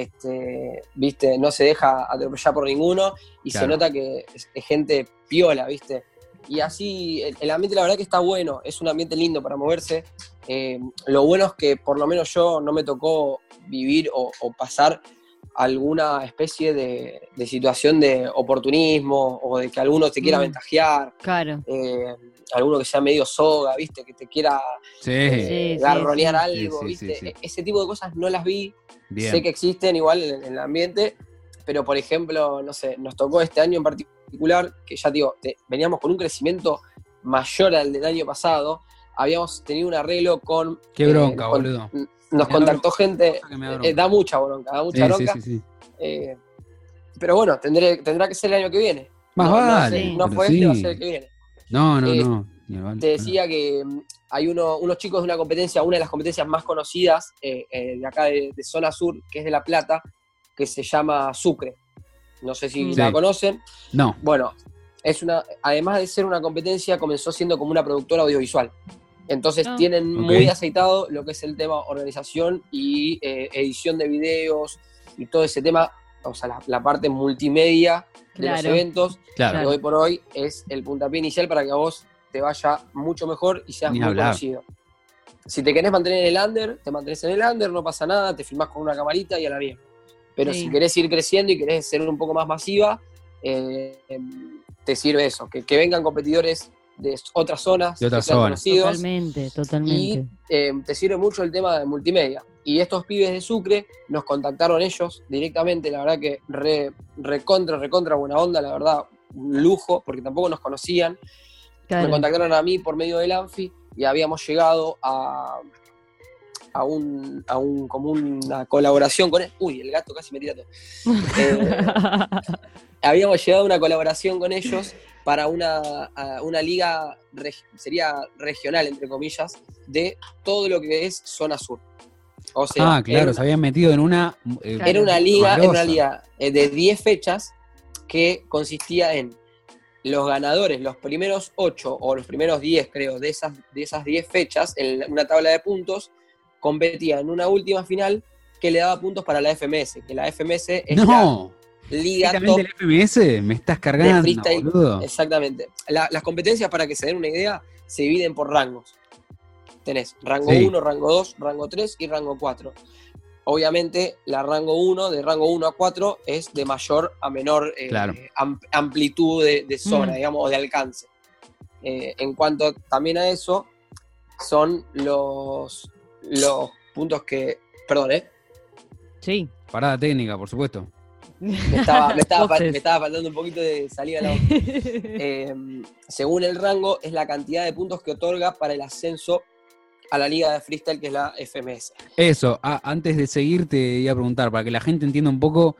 S3: este, viste, no se deja atropellar por ninguno y se
S1: Claro.
S3: nota que es, es gente piola, viste. Y así, el, el ambiente la verdad que está bueno, es un ambiente lindo para moverse. Eh, lo bueno es que por lo menos yo no me tocó vivir o, o pasar alguna especie de, de situación de oportunismo o de que alguno te quiera
S2: Mm.
S3: ventajear,
S2: Claro.
S3: eh, alguno que sea medio soga, viste, que te quiera
S1: Sí,
S3: eh,
S2: Sí,
S3: garronear
S1: sí.
S3: algo,
S1: Sí, sí,
S3: ¿viste?
S1: sí, sí.
S3: E- Ese tipo de cosas no las vi,
S1: bien.
S3: sé que existen igual en, en el ambiente, pero por ejemplo, no sé, nos tocó este año en particular, que ya te digo, te- veníamos con un crecimiento mayor al del año pasado, habíamos tenido un arreglo con...
S1: Qué
S3: eh,
S1: bronca,
S3: con-
S1: boludo.
S3: Nos
S1: da
S3: contactó gente,
S1: Cosa que me da
S3: eh,
S1: bronca.
S3: da mucha bronca, da mucha
S1: Sí, sí,
S3: bronca,
S1: sí, sí.
S3: eh, pero bueno, tendré, tendrá que ser el año que viene.
S1: Más
S3: No- no
S1: vale.
S3: sé,
S2: sí.
S3: No,
S1: pero
S3: fue
S1: sí.
S3: este, va a ser el que viene.
S1: No, no,
S3: Eh,
S1: no. Ni vale,
S3: Te decía que mm, hay uno- unos chicos de una competencia, una de las competencias más conocidas eh, eh, de acá de, de Zona Sur, que es de La Plata, que se llama Sucre. No sé si
S2: Mm.
S3: la
S1: Sí.
S3: conocen.
S1: No,
S3: Bueno, es una, además de ser una competencia, comenzó siendo como una productora audiovisual. Entonces
S2: Ah.
S3: tienen
S1: Ok.
S3: muy aceitado lo que es el tema organización y eh, edición de videos y todo ese tema, o sea, la, la parte multimedia de los
S2: Claro.
S3: eventos
S1: claro.
S3: que hoy por hoy es el puntapié inicial para que a vos te vaya mucho mejor y seas
S1: Ni
S3: muy
S1: hablar.
S3: conocido. Si te querés mantener en el under, te mantenés en el under, no pasa nada, te filmás con una camarita y a la mierda. Pero
S2: Sí.
S3: si querés ir creciendo y querés ser un poco más masiva, eh, em, te sirve eso, que, que vengan competidores de otras zonas,
S1: De otras
S3: que sean
S1: zonas.
S3: conocidos,
S2: Totalmente,
S3: y
S2: totalmente.
S3: eh, te sirve mucho el tema de multimedia. Y estos pibes de Sucre nos contactaron ellos directamente, la verdad que re, recontra, recontra buena onda, la verdad, un lujo, porque tampoco nos conocían. Me
S2: Claro.
S3: contactaron a mí por medio del Anfi y habíamos llegado a, a un, a un, como una colaboración con él. Uy, el gato casi me tira todo. Eh, habíamos llegado a una colaboración con ellos para una, a una liga, reg- sería regional, entre comillas, de todo lo que es zona sur. O sea,
S1: ah, claro,
S3: era,
S1: se habían metido en una. eh,
S2: Claro.
S3: era una liga, era una
S1: grosa.
S3: liga eh, de 10 fechas que consistía en los ganadores, los primeros 8 o los primeros 10, creo, de esas, de esas 10 fechas, en la- una tabla de puntos, competían en una última final que le daba puntos para la FMS, que la FMS es la
S1: No,
S3: liga top
S1: directamente el FMS me estás cargando,
S3: freestyle.
S1: boludo.
S3: Exactamente. La- las competencias, para que se den una idea, se dividen por rangos. Tenés rango
S1: Sí.
S3: 1, rango 2, rango 3 y rango 4. Obviamente, la rango 1, de rango 1 a 4, es de mayor a menor eh,
S1: Claro.
S3: am- amplitud de, de zona,
S2: Mm.
S3: digamos, o de alcance. Eh, en cuanto también a eso, son los, los puntos que. Perdón, ¿eh?
S2: Sí.
S1: Parada técnica, por supuesto.
S3: Me estaba, me estaba fa-
S2: Voces.
S3: me estaba faltando un poquito de salida a la boca. Eh, según el rango, es la cantidad de puntos que otorga para el ascenso a la liga de freestyle, que es la FMS.
S1: Eso, ah, antes de seguir te iba a preguntar, para que la gente entienda un poco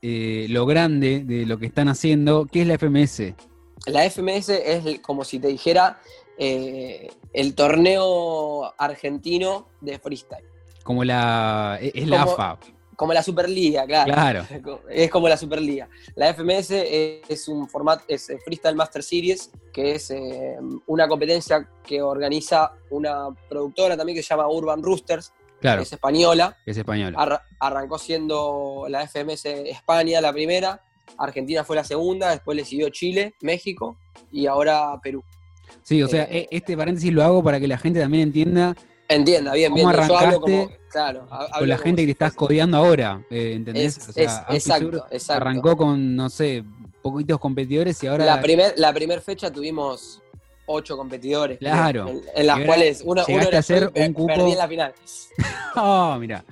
S1: eh, lo grande de lo que están haciendo, ¿qué es la FMS?
S3: La FMS es el- como si te dijera eh, el torneo argentino de freestyle.
S1: Como la. e, Es es la
S3: Como-
S1: AFA.
S3: Como la Superliga, claro.
S1: Claro.
S3: Es como la Superliga. La FMS es un formato, es eh, Freestyle Master Series, que es eh, una competencia que organiza una productora también que se llama Urban Roosters,
S1: Claro.
S3: que es española.
S1: Es española.
S3: Arra- arrancó siendo la FMS España la primera, Argentina fue la segunda, después le siguió Chile, México y ahora Perú.
S1: Sí, o sea,
S3: eh,
S1: e- este paréntesis lo hago para que la gente también entienda
S3: Entienda, bien,
S1: ¿Cómo
S3: bien. Yo hablo como,
S1: arrancaste
S3: claro, ha- hablo
S1: con la
S3: como
S1: gente
S3: si
S1: que estás
S3: fuese-
S1: codeando ahora. eh, ¿Entendés?
S3: Es,
S1: O sea,
S3: es-
S1: Ampi Sur
S3: exacto, exacto.
S1: arrancó con, no sé, poquitos competidores y ahora.
S3: la primer, la primer fecha tuvimos ocho competidores. creo,
S1: Claro.
S3: En, en las
S1: Y ahora
S3: cuales uno, uno
S1: llegaste
S3: era
S1: a hacer
S3: yo y per-
S1: un cupo-
S3: Perdí en la final.
S1: Ah, mira.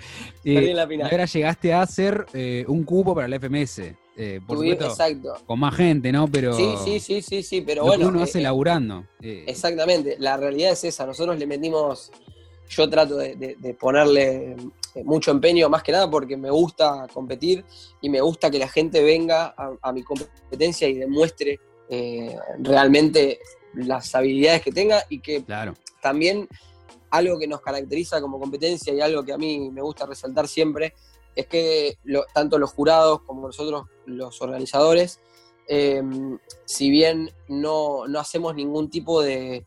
S1: Eh,
S3: Perdí en la
S1: y
S3: final.
S1: ahora llegaste a hacer eh, un cupo para la FMS. eh, por
S3: Tuvi-
S1: supuesto,
S3: exacto.
S1: con más gente, ¿no? Pero.
S3: Sí, sí, sí, sí, sí, pero
S1: lo
S3: bueno.
S1: que uno
S3: eh,
S1: hace
S3: eh,
S1: laburando. eh,
S3: Exactamente, la realidad es esa. Nosotros le metimos, yo trato de, de- de ponerle eh, mucho empeño, más que nada porque me gusta competir y me gusta que la gente venga a, a mi competencia y demuestre eh, realmente las habilidades que tenga y que
S1: claro.
S3: también algo que nos caracteriza como competencia y algo que a mí me gusta resaltar siempre es que lo- tanto los jurados como nosotros los organizadores, eh, si bien no, no hacemos ningún tipo de,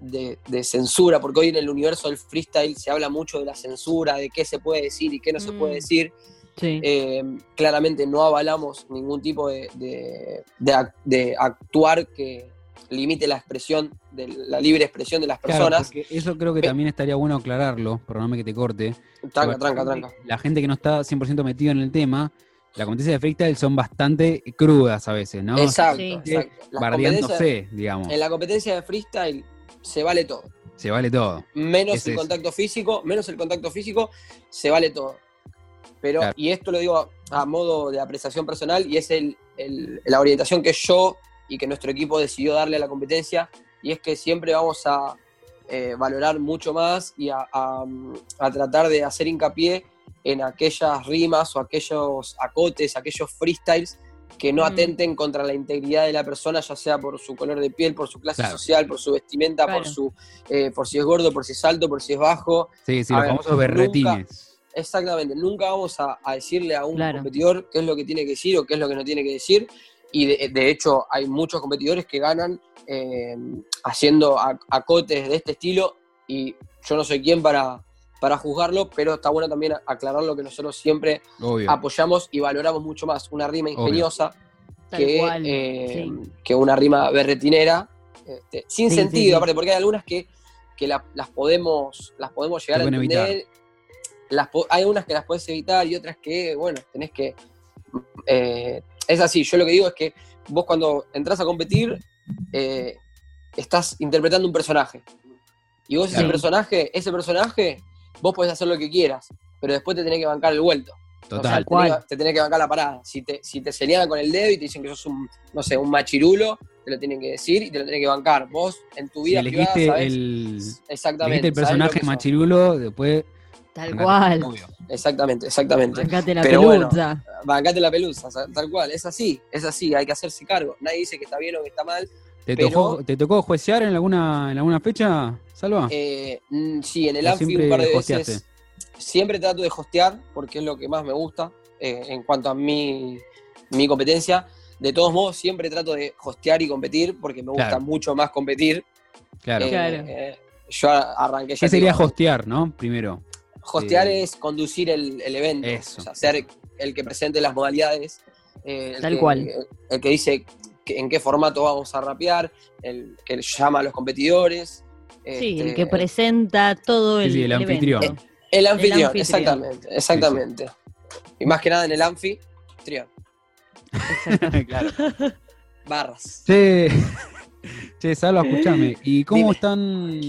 S3: de- de censura, porque hoy en el universo del freestyle se habla mucho de la censura, de qué se puede decir y qué no se
S2: Mm.
S3: puede decir,
S2: Sí.
S3: eh, claramente no avalamos ningún tipo de, de- de ac- de actuar que limite la expresión, de la libre expresión de las
S1: Claro,
S3: personas.
S1: porque eso creo que
S3: Pe-
S1: también estaría bueno aclararlo, perdóname que te corte.
S3: Tranca,
S1: Porque
S3: tranca,
S1: la gente-
S3: tranca.
S1: La gente que no está 100% metida en el tema, la competencia de freestyle son bastante crudas a veces, ¿no?
S3: exacto,
S2: sí.
S3: exacto. Las competencias-
S1: Bardeándose, digamos.
S3: en la competencia de freestyle se vale todo.
S1: Se vale todo.
S3: Menos
S1: Es
S3: el
S1: eso.
S3: contacto físico, menos el contacto físico, se vale todo. Pero,
S1: Claro.
S3: y esto lo digo a, a modo de apreciación personal, y es el- el- la orientación que yo y que nuestro equipo decidió darle a la competencia, y es que siempre vamos a eh, valorar mucho más y a, a, mm, a tratar de hacer hincapié en aquellas rimas o aquellos acotes, aquellos freestyles que no
S2: Mm.
S3: atenten contra la integridad de la persona, ya sea por su color de piel, por su clase
S1: Claro.
S3: social, por su vestimenta, por
S2: Claro.
S3: su eh, por si es gordo, por si es alto, por si es bajo.
S1: Sí, sí,
S3: A
S1: los
S3: ver,
S1: famosos berretines.
S3: Exactamente, nunca vamos a, a decirle a un
S2: Claro.
S3: competidor qué es lo que tiene que decir o qué es lo que no tiene que decir. Y de, de hecho hay muchos competidores que ganan eh, haciendo ac- acotes de este estilo y yo no soy quien para, para juzgarlo, pero está bueno también aclarar lo que nosotros siempre
S1: Obvio.
S3: apoyamos y valoramos mucho más. Una rima
S1: Obvio.
S3: ingeniosa,
S2: Tal
S3: que,
S2: cual.
S3: eh,
S2: sí.
S3: que una rima berretinera, este, sin
S2: Sí, sí,
S3: sentido,
S2: sí.
S3: aparte, porque hay algunas que, que la- las podemos las podemos llegar
S1: Se
S3: a
S1: pueden
S3: entender. Las po- hay unas que las podés evitar y otras que, bueno, tenés que. eh, es así, yo lo que digo es que vos cuando entras a competir, eh, estás interpretando un personaje. Y vos ese
S2: Claro.
S3: personaje, ese personaje, vos podés hacer lo que quieras, pero después te tenés que bancar el vuelto. O sea,
S1: Total.
S3: te tenés que- te tenés que bancar la parada. Si te, si te señalan con el dedo y te dicen que sos un, no sé, un machirulo, te lo tienen que decir y te lo tenés que bancar. Vos, en tu
S1: Si
S3: vida privada,
S1: elegiste
S3: sabés-
S1: el,
S3: Exactamente.
S1: elegiste el
S3: sabés lo
S1: personaje
S3: que sos.
S1: machirulo, después.
S2: Tal cual.
S1: Obvio.
S3: Exactamente, exactamente.
S2: Bancate la
S3: Pero bueno,
S2: pelusa.
S3: Bancate la pelusa, sa- tal cual. Es así, es así, hay que hacerse cargo. Nadie dice que está bien o que está mal.
S1: ¿Te,
S3: Pero-
S1: tocó, ¿Te tocó juecear en alguna, en alguna fecha, Salva?
S3: Eh, mm, sí, en el
S1: O
S3: Anfi
S1: Ah. siempre
S3: un par de
S1: hosteaste.
S3: veces. Siempre trato de hostear porque es lo que más me gusta eh, en cuanto a mi, mi competencia. De todos modos, siempre trato de hostear y competir porque me gusta
S1: Claro.
S3: mucho más competir.
S1: claro.
S3: Eh,
S2: Claro.
S3: eh, yo arranqué ya.
S1: ¿Qué sería
S3: digo,
S1: hostear, no? Primero.
S3: Hostear
S1: Eh,
S3: es conducir el, el evento,
S1: Eso.
S3: o sea, ser el que presente las modalidades, eh, el
S2: Tal
S3: que-
S2: cual.
S3: el que dice que- en qué formato vamos a rapear, el que llama a los competidores.
S2: Sí, el
S3: este, Eh,
S2: que presenta todo
S1: Sí,
S2: el.
S1: sí, el anfitrión.
S2: evento.
S3: el anfitrión,
S2: anfitrión.
S3: exactamente, exactamente. Y más que nada en el anfitrión,
S2: Exacto.
S1: claro.
S3: barras.
S1: Che, che Salva, escúchame. ¿Y cómo
S3: Dime.
S1: están,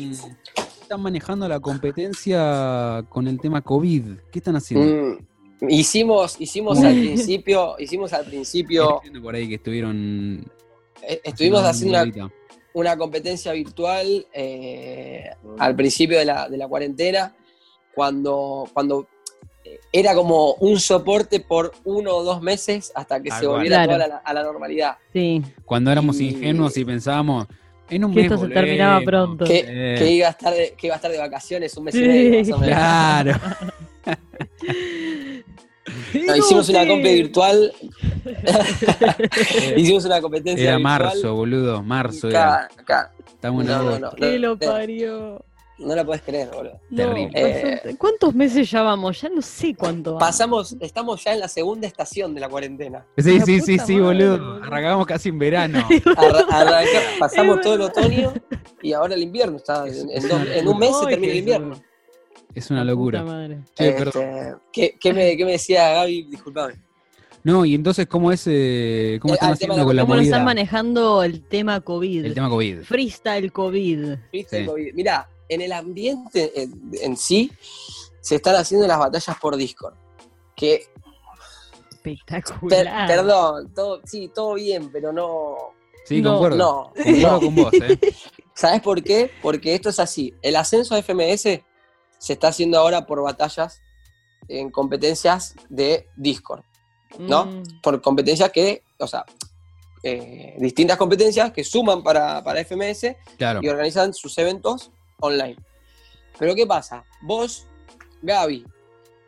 S1: están manejando la competencia con el tema COVID? ¿Qué están haciendo?
S3: Mm, hicimos, hicimos
S1: Muy
S3: al
S2: bien.
S3: principio, hicimos al principio,
S1: Estoy viendo por ahí que estuvieron.
S3: eh, estuvimos haciendo una,
S1: ruidita.
S3: una competencia virtual eh, al principio de la, de la cuarentena, cuando, cuando eh, era como un soporte por uno o dos meses hasta que
S1: Tal
S3: se
S1: cual.
S3: volviera
S2: Claro.
S3: toda la- a la normalidad.
S2: Sí.
S1: Cuando éramos
S3: Y-
S1: ingenuos y pensábamos, En un
S2: Que
S1: mes
S2: esto se terminaba
S1: volvemos.
S2: pronto.
S3: Que,
S1: Eh.
S3: que iba a estar de, que iba a estar de vacaciones un mes
S2: Sí.
S3: y medio, más o menos.
S1: Claro.
S3: No, hicimos una compra virtual, hicimos una competencia
S1: Era
S3: virtual.
S1: marzo, boludo. Marzo era.
S3: Ca- ca-
S1: Estamos en
S3: no, no,
S1: agosto.
S3: no,
S2: Que
S3: no,
S2: lo parió.
S3: no la puedes creer, boludo.
S2: No,
S1: Terrible.
S2: bastante.
S3: Eh,
S2: ¿Cuántos meses ya vamos? Ya no sé cuánto vamos.
S3: Pasamos, estamos ya en la segunda estación de la cuarentena.
S1: Sí,
S2: La
S1: sí,
S2: puta
S1: sí, sí,
S2: madre,
S1: boludo.
S2: boludo.
S1: Arrancamos casi en verano.
S3: Arra- arranca- pasamos
S2: Es
S3: todo el
S2: verdad.
S3: otoño y ahora el invierno está. En, en dos- en un mes se
S2: Ay,
S3: termina el
S2: qué
S3: invierno.
S1: Es una
S2: La puta
S1: locura.
S2: madre.
S1: Che,
S3: Este,
S1: perdón.
S3: ¿qué, qué me, qué me decía Gaby? Disculpame.
S1: No, y entonces, ¿cómo es? eh, ¿Cómo
S3: Eh,
S1: están
S3: ah, el tema de
S1: haciendo
S3: la
S1: con la
S2: ¿Cómo lo
S1: movida?
S2: están manejando el tema COVID?
S1: El tema COVID.
S2: Freestyle COVID.
S3: Viste,
S1: Sí.
S3: COVID. Mirá, en el ambiente en, en sí se están haciendo las batallas por Discord. Que, per-
S2: Espectacular.
S3: perdón, todo, sí, todo bien, pero no.
S1: Sí,
S2: No,
S1: concuerdo.
S3: No,
S1: Concuerdo
S3: no.
S1: con vos, ¿eh?
S3: ¿Sabes por qué? Porque esto es así. El ascenso a FMS se está haciendo ahora por batallas en competencias de Discord. ¿no?
S2: Mm.
S3: Por competencias que, o sea, eh, distintas competencias que suman para, para FMS
S1: Claro.
S3: y organizan sus eventos online. Pero ¿qué pasa? Vos, Gaby,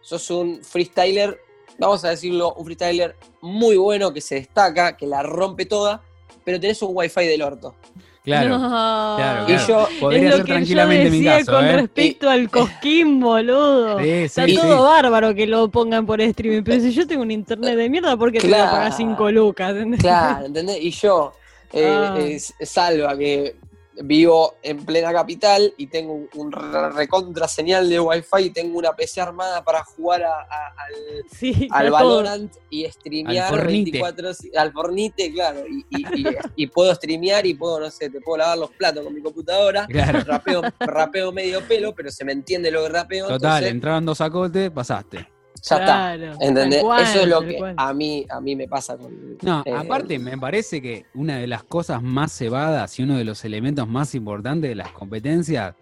S3: sos un freestyler, vamos a decirlo, un freestyler muy bueno que se destaca, que la rompe toda, pero tenés un wifi del orto.
S1: Claro.
S2: No.
S1: claro,
S3: Y
S1: claro.
S3: yo-
S1: Podría
S2: es lo
S1: ser
S2: que
S1: tranquilamente
S2: yo
S1: mi
S2: decía
S1: caso,
S2: con
S1: ¿eh?
S2: respecto al cosquín, boludo.
S1: Sí,
S2: Está
S1: sí, sí.
S2: todo bárbaro que lo pongan por streaming, pero si yo tengo un internet de mierda, ¿por qué te voy a pagar
S3: Claro.
S2: 5 lucas? ¿entendés?
S3: Claro, ¿entendés? Y yo, eh,
S2: Ah.
S3: eh, s- Salva, que vivo en plena capital y tengo un- un re- recontra señal de wifi y tengo una PC armada para jugar a- a- al,
S2: Sí,
S3: al
S2: a todo.
S3: Valorant y streamear
S1: Al Fornite.
S3: 24 horas- al Fornite, claro, y, y- y- y puedo streamear y puedo, no sé, te puedo lavar los platos con mi computadora,
S1: Claro.
S3: rapeo, rapeo medio pelo, pero se me entiende lo que rapeo,
S1: Total,
S3: entonces
S1: entraron dos acotes, pasaste.
S3: ya está.
S2: Claro, tal
S3: ¿Entendés?
S2: cual,
S3: Eso es lo
S2: tal
S3: que
S2: cual.
S3: a mí, a mí me pasa con.
S1: No,
S3: eh,
S1: aparte me parece que una de las cosas más cebadas y uno de los elementos más importantes de las competencias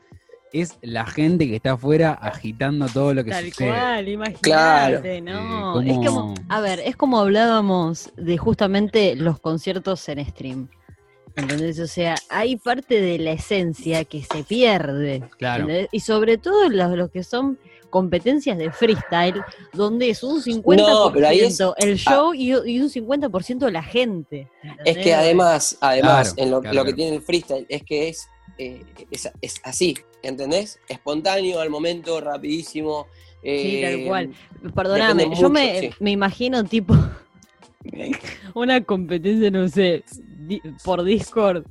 S1: es la gente que está afuera agitando todo lo que
S2: Tal
S1: sucede.
S2: cual, imagínate,
S3: Claro.
S2: ¿no?
S1: Eh, ¿cómo-
S2: Es como, a ver, es como hablábamos de justamente los conciertos en stream. ¿Entendés? O sea, hay parte de la esencia que se pierde.
S1: Claro.
S2: ¿entendés? Y sobre todo los, los que son competencias de freestyle, donde es un 50%
S3: No, pero ahí es-
S2: el show y, y un 50% la gente.
S3: Es que
S2: ¿entendés?
S3: además, además,
S1: Claro,
S3: en lo,
S1: claro,
S3: lo que
S1: claro.
S3: tiene el freestyle es que es, eh, es, es así, ¿entendés? Espontáneo, al momento, rapidísimo.
S2: Sí, tal
S3: eh,
S2: cual. Perdóname,
S3: depende
S2: yo
S3: mucho,
S2: me,
S3: sí.
S2: me imagino tipo una competencia, no sé, di- por Discord.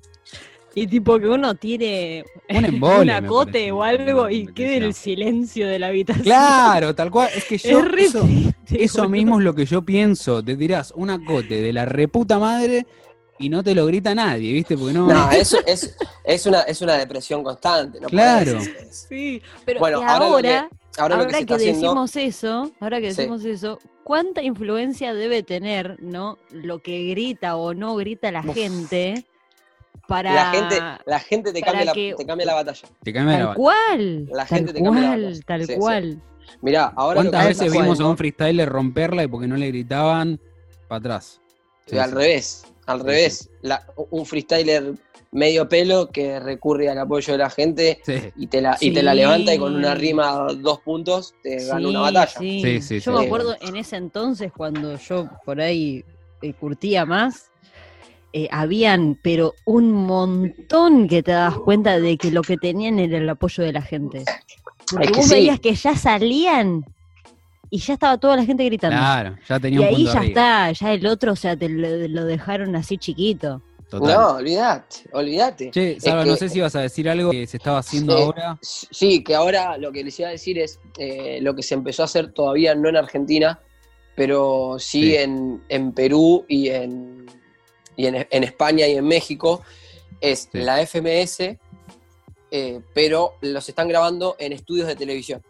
S2: Y tipo que uno tiene
S1: Un embole,
S2: un
S1: me
S2: acote
S1: parece,
S2: o algo
S1: una
S2: y quede el
S1: competencia.
S2: silencio de la habitación.
S1: Claro, tal cual. Es que yo
S2: es re
S1: eso,
S2: triste,
S1: eso
S2: boludo.
S1: mismo es lo que yo pienso. Te dirás un acote de la reputa madre y no te lo grita nadie, ¿viste? Porque no.
S3: No, eso es, es, una, es una depresión constante. No podés
S1: Claro.
S3: decir eso.
S2: Sí, pero
S3: Bueno,
S2: y
S3: ahora
S2: ahora,
S3: lo que-
S2: ahora,
S3: Ahora, lo que, se
S2: que,
S3: está haciendo,
S2: decimos eso, ahora que
S3: Sí.
S2: decimos eso, ¿cuánta influencia debe tener, no, lo que grita o no grita la
S3: Uf.
S2: gente para
S3: la gente, la gente te,
S2: para
S3: cambia la,
S2: que-
S3: te cambia la batalla.
S1: Te cambia la
S2: Tal
S1: bata.
S2: cual.
S3: La
S2: tal
S3: gente te cambia la
S2: cual,
S3: voz.
S2: tal
S3: Sí, sí.
S2: cual.
S3: Mirá, ahora lo que
S1: ¿Cuántas
S3: se
S1: veces
S3: está
S1: vimos a
S3: haciendo-
S1: un freestyler romperla y porque no le gritaban para atrás? Sí,
S3: al
S1: sí.
S3: revés, al
S1: Sí,
S3: revés. La- un freestyler medio pelo que recurre al apoyo de la gente
S1: Sí.
S3: y te la, y te la
S2: Sí.
S3: levanta y con una rima dos puntos te gana una batalla.
S2: sí.
S1: Sí, sí,
S2: Yo
S1: sí.
S2: me acuerdo en ese entonces cuando yo por ahí eh, curtía más. eh, habían, pero un montón que te dabas cuenta de que lo que tenían era el apoyo de la gente. Porque
S3: Es que
S2: vos
S3: sí.
S2: veías que ya salían y ya estaba toda la gente gritando.
S1: Claro, ya tenía
S2: y
S1: un
S2: ahí
S1: punto
S2: ya
S1: arriba.
S2: está, ya el otro, o sea, te lo, lo dejaron así chiquito.
S1: Total.
S3: No, olvídate, olvídate.
S1: Che, Salva,
S3: que-
S1: no sé si vas a decir algo que se estaba haciendo
S3: Sí.
S1: ahora.
S3: Sí, que ahora lo que les iba a decir es eh, lo que se empezó a hacer todavía no en Argentina, pero sí,
S1: Sí.
S3: En, en Perú y en, y en, en España y en México, es
S1: Sí.
S3: la FMS, eh, pero los están grabando en estudios de televisión.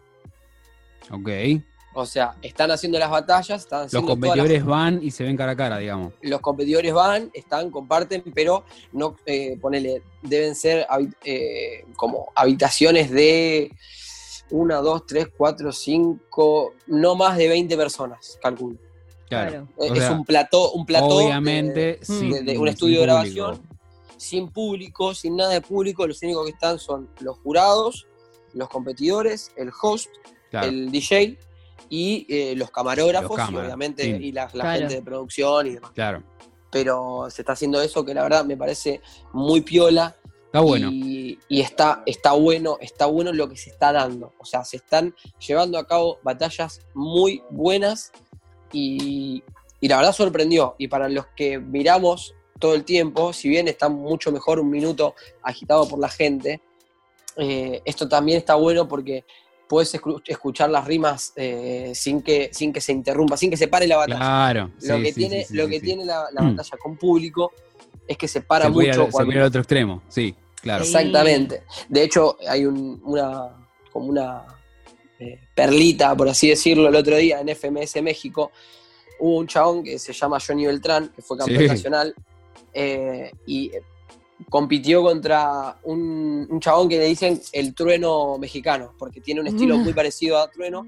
S1: Ok.
S3: O sea, están haciendo las batallas, están
S1: Los
S3: haciendo todas las-
S1: competidores van y se ven cara a cara, digamos.
S3: los competidores van, están, comparten, pero no, eh, ponele, deben ser habi- eh, como habitaciones de 1, 2, 3, 4, 5, no más de 20 personas, calculo.
S1: Claro.
S3: Eh,
S1: O
S3: es
S1: sea,
S3: un plató, eh, un plató
S1: Obviamente,
S3: de,
S1: sí.
S3: de- de un estudio de grabación sin público, sin nada de público, los únicos que están son los jurados, los competidores, el host,
S1: Claro.
S3: el DJ y eh, los camarógrafos,
S1: Los cámaras,
S3: y obviamente
S1: sí.
S3: y la, la
S2: Claro.
S3: gente de producción y demás.
S1: claro.
S3: Pero se está haciendo eso que la verdad me parece muy piola.
S1: Está bueno.
S3: Y, y está, está bueno, está bueno lo que se está dando. O sea, se están llevando a cabo batallas muy buenas y, y la verdad sorprendió. Y para los que miramos todo el tiempo, si bien está mucho mejor un minuto agitado por la gente, eh, esto también está bueno porque puedes escu- escuchar las rimas eh, sin, que, sin que se interrumpa, sin que se pare la batalla
S1: Claro.
S3: lo
S1: sí,
S3: que
S1: sí,
S3: tiene,
S1: sí, sí,
S3: lo
S1: sí,
S3: que
S1: sí.
S3: tiene la, la
S1: Mm.
S3: batalla con público es que se para
S1: se puede ir al-
S3: mucho
S1: se
S3: cuando-
S1: puede ir al otro extremo, sí, claro.
S2: Sí.
S3: Exactamente. De hecho, hay un- una como una eh, perlita, por así decirlo, el otro día en FMS México. Hubo un chabón que se llama Johnny Beltrán, que fue campeón
S1: Sí.
S3: nacional, eh, y eh, compitió contra un, un chabón que le dicen el trueno mexicano, porque tiene un estilo muy parecido a trueno,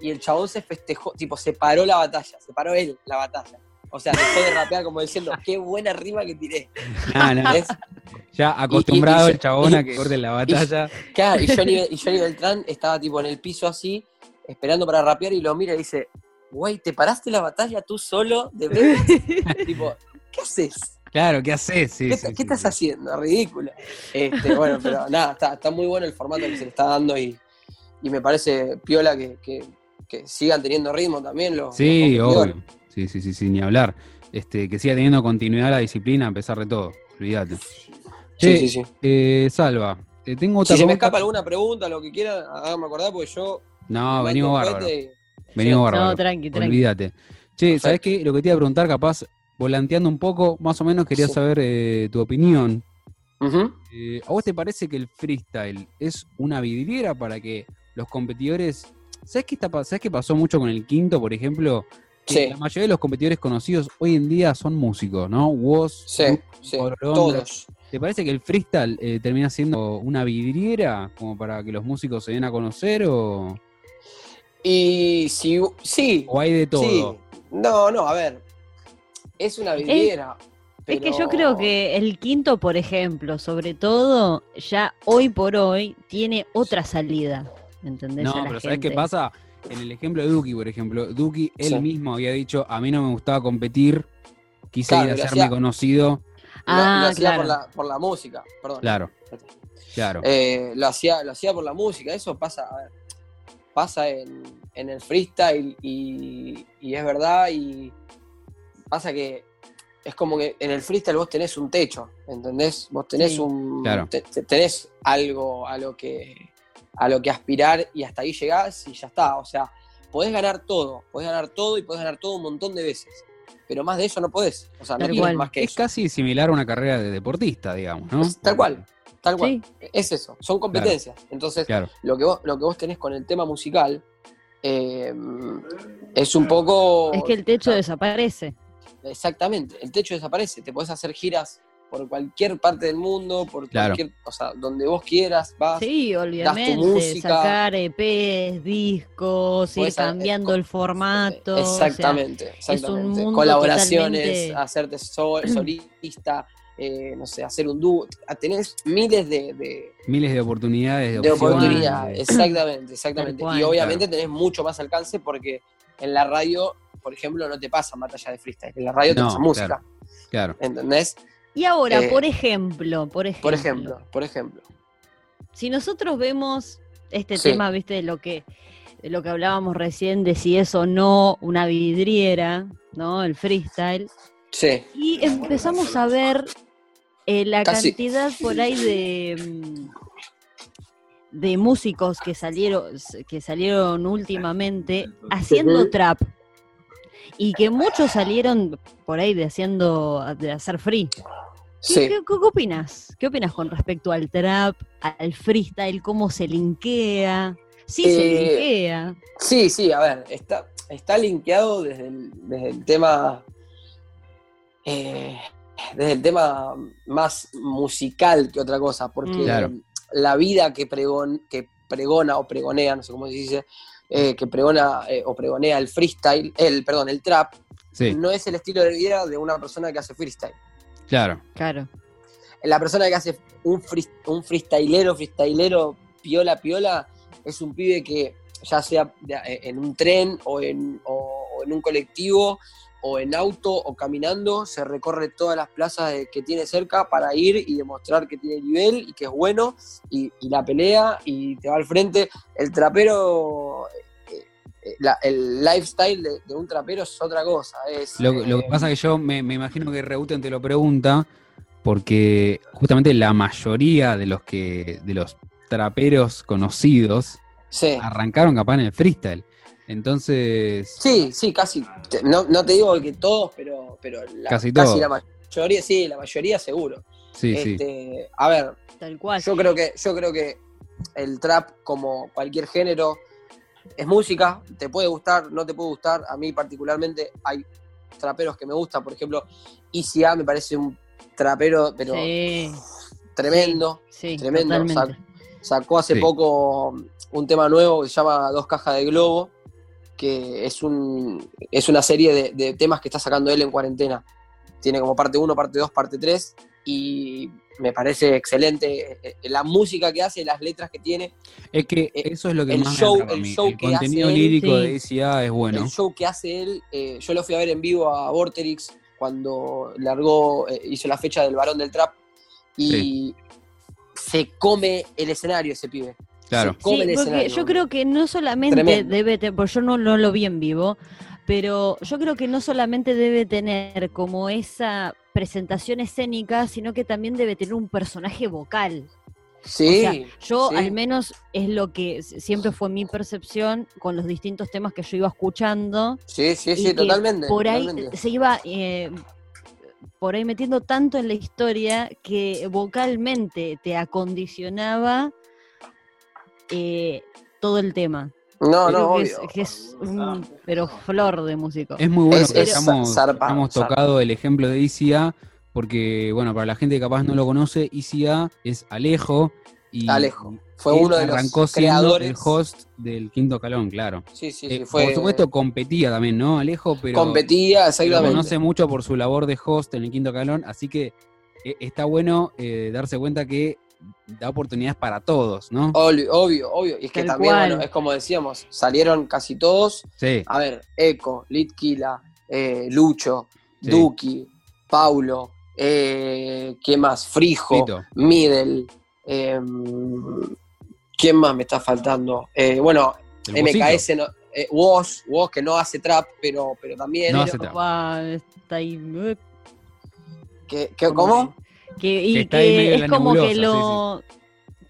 S3: y el chabón se festejó, tipo, se paró la batalla, se paró él la batalla. O sea, dejó de rapear como diciendo, qué buena rima que tiré.
S1: Nah, nah,
S3: ¿Ves?
S1: Ah, ya acostumbrado
S3: y-
S1: el chabón a que corten la batalla.
S3: Claro, y Johnny, y Johnny Beltrán estaba tipo en el piso así, esperando para rapear, y lo mira y dice, güey, ¿te paraste la batalla tú solo? ¿De verdad?" tipo, ¿qué haces?
S1: Claro, ¿qué haces? Sí,
S3: ¿Qué,
S1: sí,
S3: qué
S1: sí,
S3: estás
S1: sí.
S3: haciendo? Ridícula. Este, bueno, pero nada, está, está muy bueno el formato que se le está dando y, y me parece piola que, que- que sigan teniendo ritmo también los
S1: Sí,
S3: los competidores.
S1: obvio. Sí, sí, sí, sí, ni hablar. Este, que siga teniendo continuidad la disciplina a pesar de todo. Olvídate.
S3: Sí,
S1: Che,
S3: sí, sí.
S1: eh, Salva, eh, tengo otra
S3: Si se me
S1: pregunta.
S3: escapa alguna pregunta, lo que quieran, háganme acordar porque yo...
S1: No,
S3: me
S1: venimos
S3: mato un
S1: bárbaro.
S3: cohete
S1: Venimos bárbaro.
S2: No, tranqui, tranqui.
S1: Olvídate. Che, ¿sabés
S3: Perfecto.
S1: qué? Lo que te iba a preguntar, capaz, volanteando un poco, más o menos quería
S3: Sí.
S1: saber eh, tu opinión.
S3: y- Ujú.
S1: Eh, ¿A vos te parece que el freestyle es una vidriera para que los competidores... ¿Sabés qué, está, pa- ¿sabés qué pasó mucho con el quinto, por ejemplo? Que
S3: Sí,
S1: La mayoría de los competidores conocidos hoy en día son músicos, ¿no? Woz,
S3: sí, sí,
S1: Coronda.
S3: todos.
S1: ¿Te parece que el freestyle eh, termina siendo una vidriera como para que los músicos se den a conocer o,
S3: Y si, sí,
S1: o hay de todo?
S3: sí. No, no, a ver. Es una vidriera.
S2: Es que yo
S3: pero-
S2: creo que el quinto, por ejemplo, sobre todo, ya hoy por hoy, tiene otra salida. ¿Entendés?
S1: No,
S2: A la
S1: pero ¿sabés
S2: gente.
S1: qué pasa? En el ejemplo de Duki, por ejemplo, Duki él
S3: Sí.
S1: mismo había dicho, a mí no me gustaba competir, quise
S3: Claro,
S1: ir a
S3: lo
S1: hacerme
S3: hacía-
S1: conocido.
S3: Lo,
S2: Ah,
S3: lo hacía por
S2: claro.
S3: la, por la música, perdón.
S1: Claro, claro.
S3: Eh, lo, hacía, lo hacía por la música, eso pasa, a ver, pasa en, en el freestyle y, y es verdad y pasa que es como que en el freestyle vos tenés un techo, ¿entendés? Vos tenés
S2: Sí.
S3: un
S1: Claro.
S3: te- te- tenés algo a lo que a lo que aspirar y hasta ahí llegás y ya está, o sea, podés ganar todo, podés ganar todo y podés ganar todo un montón de veces, pero más de eso no podés, o sea, no
S2: Tal
S3: tienes
S2: cual.
S3: más que
S1: es
S3: eso.
S1: casi similar a una carrera de deportista, digamos, ¿no?
S3: Es tal cual. Tal cual,
S2: Sí.
S3: es eso, son competencias. Entonces,
S1: Claro,
S3: lo que vos, lo que vos tenés con el tema musical eh, es un poco.
S2: Es que el techo desaparece.
S3: Exactamente, el techo desaparece. Te podés hacer giras por cualquier parte del mundo, por
S1: Claro.
S3: cualquier. O sea, donde vos quieras, vas.
S2: Sí, obviamente.
S3: música.
S2: Sacar EPs, discos, ir
S3: Podés hacer-
S2: cambiando el formato. o sea,
S3: Exactamente, exactamente.
S2: mundo
S3: Colaboraciones,
S2: totalmente-
S3: hacerte sol- solista, eh, no sé, hacer un dúo. Tenés miles de- de,
S1: miles de oportunidades.
S3: de
S1: opciones,
S3: oportunidad,
S1: de-
S3: exactamente, exactamente.
S2: Tal cual.
S3: Y obviamente tenés mucho más alcance porque en la radio, por ejemplo, no te pasan batallas de freestyle, en la radio te
S1: No,
S3: pasan música,
S1: claro. Claro,
S3: ¿entendés?
S2: Y ahora,
S3: Eh,
S2: por ejemplo, por ejemplo,
S3: Por ejemplo, por ejemplo.
S2: si nosotros vemos este
S3: Sí.
S2: tema, viste, de lo que, de lo que hablábamos recién de si es o no una vidriera, ¿no? El freestyle.
S3: Sí,
S2: Y empezamos a ver eh, la
S3: Casi.
S2: cantidad por ahí de, mm, de músicos que salieron, que salieron últimamente haciendo
S3: Ujú.
S2: trap. Y que muchos salieron por ahí de haciendo de hacer free. ¿Qué,
S3: sí.
S2: qué- qué opinas? ¿Qué opinas con respecto al trap, al freestyle, cómo se linkea? Sí, se
S3: Eh,
S2: linkea.
S3: Sí, sí, a ver, está, está linkeado desde el, desde el tema. eh, desde el tema más musical que otra cosa, porque
S2: Mm.
S1: Claro.
S3: la vida que, pregon- que pregona o pregonea, no sé cómo se dice, eh, que pregona eh, o pregonea el freestyle, el, perdón, el trap,
S1: sí,
S3: no es el estilo de vida de una persona que hace freestyle.
S1: claro,
S2: Claro.
S3: la persona que hace un, free- un freestylero, freestylero, piola, piola, es un pibe que ya sea de- eh, en un tren o en, o- o en un colectivo o en auto o caminando, se recorre todas las plazas de- que tiene cerca para ir y demostrar que tiene nivel y que es bueno y, y la pelea y te va al frente. El trapero, eh, eh, la- el lifestyle de, de un trapero es otra cosa. Es,
S1: Lo, lo
S3: eh,
S1: que pasa es que yo me, me imagino que Reuten te lo pregunta porque justamente la mayoría de los que de los traperos conocidos
S3: sí.
S1: arrancaron capaz en el freestyle. Entonces,
S3: Sí, sí, casi. Te- No, no te digo que todos, pero, pero la,
S1: Casi todos.
S3: la mayoría, sí, la mayoría seguro.
S1: sí, sí.
S3: Este, A ver,
S2: Tal cual.
S3: yo creo que, yo creo que el trap, como cualquier género, es música, te puede gustar, no te puede gustar. A mí particularmente hay traperos que me gustan, por ejemplo, Easy A me parece un trapero, pero
S2: sí,
S3: tremendo.
S2: sí,
S3: tremendo,
S2: totalmente.
S3: o Sacó hace
S1: Sí.
S3: poco un tema nuevo que se llama Dos Cajas de Globo, que es, un, es una serie de, de temas que está sacando él en cuarentena. Tiene como parte 1, parte 2, parte 3 y me parece excelente eh, la música que hace, las letras que tiene,
S1: Es que
S3: eh,
S1: eso es lo que
S3: el
S1: más
S3: show-
S1: me atrapa a
S3: el
S1: mí.
S3: show
S1: El
S3: que hace
S1: contenido
S2: él,
S1: lírico
S2: sí.
S1: de ICA es bueno.
S3: el show que hace él. eh, yo lo fui a ver en vivo a Vorterix cuando largó, eh, hizo la fecha del Varón del Trap y
S1: Sí.
S3: se come el escenario ese pibe.
S1: Claro.
S3: sí.
S2: Sí,
S3: Come el
S2: porque
S3: escenario.
S2: yo creo que no solamente
S3: Tremendo.
S2: debe tener, porque yo no, no lo vi en vivo, pero yo creo que no solamente debe tener como esa presentación escénica, sino que también debe tener un personaje vocal.
S3: Sí,
S2: sea, Yo
S3: sí.
S2: al menos es lo que s- siempre fue mi percepción con los distintos temas que yo iba escuchando.
S3: Sí, sí,
S2: y
S3: sí,
S2: que
S3: totalmente.
S2: Por ahí
S3: totalmente.
S2: se iba eh, por ahí metiendo tanto en la historia que vocalmente te acondicionaba eh, todo el tema.
S3: No,
S2: Creo
S3: no,
S2: que
S3: obvio.
S2: es, que es un pero flor de músico.
S1: Ah. Es muy bueno
S3: Es-
S1: que
S3: es
S1: hayamos,
S3: zarpa,
S1: hayamos
S3: zarpa.
S1: tocado el ejemplo de ICA, porque, bueno, para la gente que capaz no lo conoce, ICA es Alejo. Y
S3: Alejo. Fue
S1: él
S3: uno de
S1: arrancó
S3: los
S1: siendo
S3: creadores.
S1: el host del quinto calón, claro.
S3: Sí, sí,
S1: Eh,
S3: sí, fue.
S1: por supuesto, competía también, ¿no? Alejo, pero
S3: competía,
S1: lo
S3: exactamente.
S1: conoce mucho por su labor de host en el quinto calón, así que eh, está bueno eh, darse cuenta que da oportunidades para todos, ¿no?
S3: Obvio, obvio, obvio. Y es que
S2: Tal
S3: también,
S2: cual.
S3: bueno, es como decíamos, salieron casi todos.
S1: Sí,
S3: A ver, Eco, Litkila, eh, Lucho,
S1: Sí.
S3: Duki, Paulo, eh, ¿quién más? Frijo,
S1: Fito.
S3: Middle. eh, ¿Quién más me está faltando? Eh, bueno,
S1: el
S3: MKS, no, eh, Woz, Woz, que no hace trap, pero, pero también.
S1: No
S2: Pero,
S1: hace trap.
S2: pa, está ahí, eh,
S3: ¿Qué- qué- ¿Cómo?
S2: que, y
S1: Que
S2: que,
S1: está ahí medio en la
S2: es como que
S1: nebulosa,
S2: lo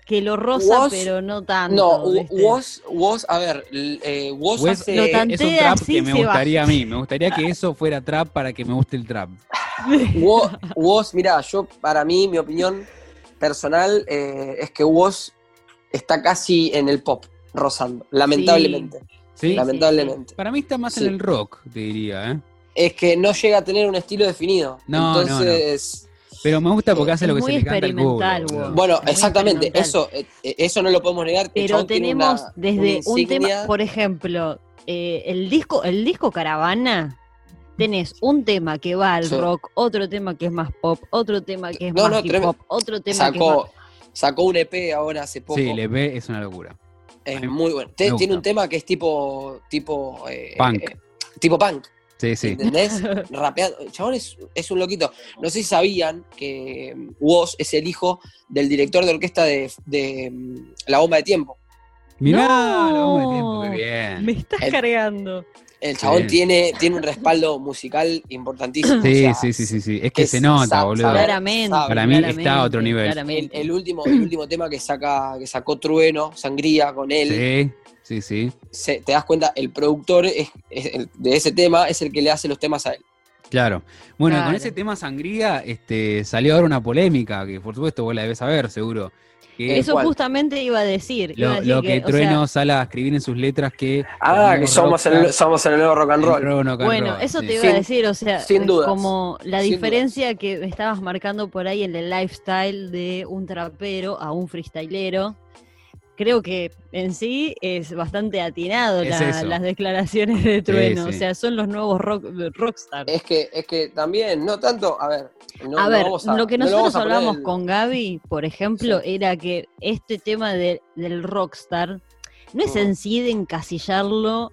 S2: que lo roza,
S3: Woz-
S2: pero no tanto.
S3: No, Wo-
S2: ¿viste?
S3: Woz, Woz, a ver, l- eh, Woz
S1: Pues,
S3: hace...
S2: Lo tan-
S1: es un
S2: tantea,
S1: trap
S2: así
S1: que me
S2: se va.
S1: gustaría a mí. Me gustaría que eso fuera trap para que me guste el trap.
S3: Wo- Woz, mira, yo, para mí, mi opinión personal eh, es que Woz está casi en el pop, rozando, lamentablemente,
S1: ¿Sí?
S2: La-
S3: lamentablemente.
S1: Para mí está más
S3: Sí.
S1: en el rock, te diría. ¿eh?
S3: Es que no llega a tener un estilo definido,
S1: No, no, no.
S3: entonces...
S1: Pero me gusta porque hace
S2: Es
S1: lo que se
S2: muy
S1: le canta al
S2: experimental,
S1: culo,
S2: vos.
S1: boludo.
S3: Bueno,
S2: Es muy
S3: exactamente, eso
S2: experimental.
S3: eh, eh, eso no lo podemos negar. que el
S2: Pero
S3: chabón tiene
S2: tenemos
S3: una-
S2: desde
S3: una
S2: un tema,
S3: insignia.
S2: por ejemplo, eh, el disco, el disco Caravana, tenés un tema que va al
S3: Sí.
S2: rock, otro tema que es más pop, otro tema que es
S3: No,
S2: más
S3: no,
S2: hip hop,
S3: tremendo.
S2: otro tema que es más...
S3: Sacó, sacó un EP ahora hace poco,
S1: Sí, el EP es una locura.
S3: es
S1: me-
S3: muy bueno. Te-
S1: me
S3: Tiene
S1: gusta.
S3: un tema que es tipo... tipo eh,
S1: Punk.
S3: eh, tipo punk.
S1: Sí, sí.
S3: ¿Entendés? Rapeado. El chabón es, es un loquito. No sé si sabían que mm, Woz es el hijo del director de orquesta de, de, mm, La Bomba de Tiempo.
S1: Mirá,
S2: No.
S1: lo vamos de tiempo, qué bien.
S2: Me estás
S3: El-
S2: cargando.
S3: El chabón
S1: Sí.
S3: tiene, tiene un respaldo musical importantísimo. o
S1: Sí,
S3: sea,
S1: sí, sí, sí, sí. Es que
S3: es
S1: se nota,
S3: sa-
S1: boludo.
S3: saber-
S2: Claramente.
S3: sabe.
S1: Para mí está a
S2: claramente,
S1: otro nivel.
S3: El,
S2: claramente.
S3: el último, el último tema que saca, que sacó Trueno, Sangría, con él,
S1: Sí, sí, sí.
S3: se- te das cuenta, el productor es- es el- de ese tema es el que le hace los temas a él.
S1: Claro. Bueno, con
S2: Claro.
S1: ese tema sangría este, salió ahora una polémica, que por supuesto vos la debes saber, seguro. Que
S2: Eso
S3: cual.
S2: justamente iba a decir. iba a
S1: lo,
S2: decir
S1: lo que,
S2: o sea,
S1: Trueno sale a escribir en sus letras que...
S3: Ah, que somos el,
S1: rock
S3: somos el nuevo rock and
S1: and
S3: roll.
S1: roll, rock and
S2: Bueno,
S1: roll,
S2: eso
S1: sí.
S2: te iba
S3: Sin-
S2: a decir, o sea,
S3: sin
S2: eh,
S3: dudas,
S2: como la
S3: sin
S2: diferencia que estabas marcando por ahí en el lifestyle de un trapero a un freestylero, creo que en sí es bastante atinado
S1: Es
S2: la-
S1: eso.
S2: las declaraciones de Trueno.
S1: sí.
S2: O sea, son los nuevos rock, rockstar.
S3: Es que, es que también, no tanto, a ver, no,
S2: a
S3: no
S2: ver,
S3: vamos
S2: lo que
S3: no le
S2: nosotros
S3: vamos a poner
S2: hablamos
S3: el-
S2: con Gaby, por ejemplo, era que este tema de- del rockstar no es
S3: Mm.
S2: en sí de encasillarlo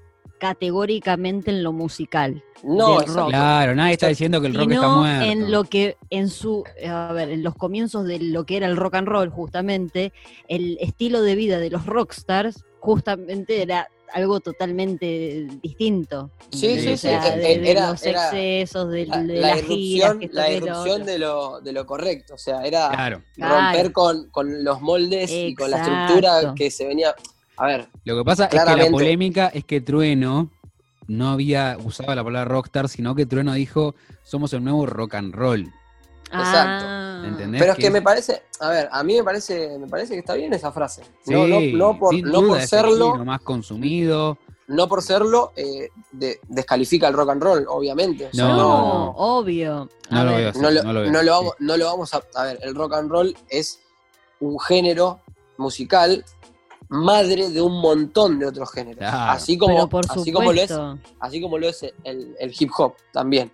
S2: categóricamente en lo musical,
S3: no,
S2: del
S3: es-
S2: rock.
S1: Claro, nadie está diciendo que el rock está
S2: sino
S1: muerto.
S2: en lo que en su a ver, en los comienzos de lo que era el rock and roll justamente, el estilo de vida de los rockstars justamente era algo totalmente distinto.
S3: Sí,
S1: sí,
S2: o
S1: sí,
S2: sea,
S1: eh,
S2: de,
S1: eh,
S2: de
S3: era-
S2: los
S3: era
S2: excesos, de,
S3: la,
S2: de
S3: la
S2: las giras,
S3: irrupción,
S2: que esto,
S3: la
S2: que lo
S3: irrupción
S2: otro.
S3: de lo, de lo correcto, o sea, era
S1: Claro.
S2: Claro.
S3: romper con, con los moldes y con la estructura
S2: Exacto.
S3: que se venía. A ver,
S1: Lo que pasa es que
S3: Claramente.
S1: la polémica es que Trueno no había usado la palabra rockstar, sino que Trueno dijo, somos el nuevo rock and roll.
S3: Exacto.
S2: Ah.
S1: ¿Entendés?
S3: pero es que
S1: es-
S3: me parece, a ver, a mí me parece, me parece que está bien esa frase.
S1: Sí,
S3: no, no, no por,
S1: sin
S3: no
S1: duda,
S3: por
S1: es el
S3: serlo,
S1: género más consumido.
S3: no por serlo, eh, de- descalifica el rock and roll, obviamente. O sea,
S2: No,
S1: No, no.
S2: obvio.
S1: No
S2: A
S1: lo
S2: ver,
S1: veo así.
S3: no lo,
S1: no lo veo,
S3: no lo
S1: sí.
S3: vamos, no lo vamos a. A ver, el rock and roll es un género musical madre de un montón de otros géneros.
S1: Claro.
S3: Así
S2: pero
S3: como,
S2: por
S3: así como lo es,
S2: supuesto.
S3: así como lo es el, el hip hop también.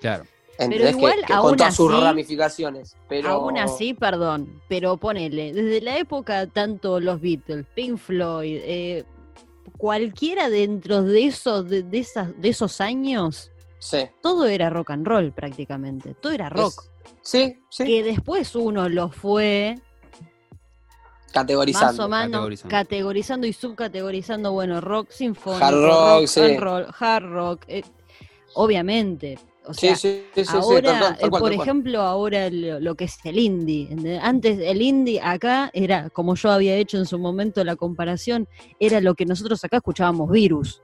S1: Claro.
S3: ¿Entendés? Que-
S2: igual,
S3: que,
S2: aún
S3: con todas sus
S2: así-
S3: ramificaciones. Pero
S2: Aún así, perdón, pero ponele, desde la época tanto los Beatles, Pink Floyd, eh, cualquiera dentro de esos, de, de esas, de esos años,
S3: Sí.
S2: todo era rock and roll prácticamente, todo era rock.
S3: Es- sí, sí.
S2: Que después uno lo fue más
S3: Categorizando.
S2: o menos
S1: categorizando.
S2: categorizando. y subcategorizando, bueno, rock sinfónico,
S3: Hard rock,
S2: rock,
S3: sí.
S2: and roll, hard rock, eh, obviamente. O sea,
S3: sí, sí, sí, sí, sí,
S2: ahora,
S3: tal cual, tal
S2: eh,
S3: cual,
S2: por
S3: tal cual.
S2: ejemplo, ahora lo, lo que es el indie. ¿entendés? Antes el indie acá era, como yo había hecho en su momento la comparación, era lo que nosotros acá escuchábamos virus.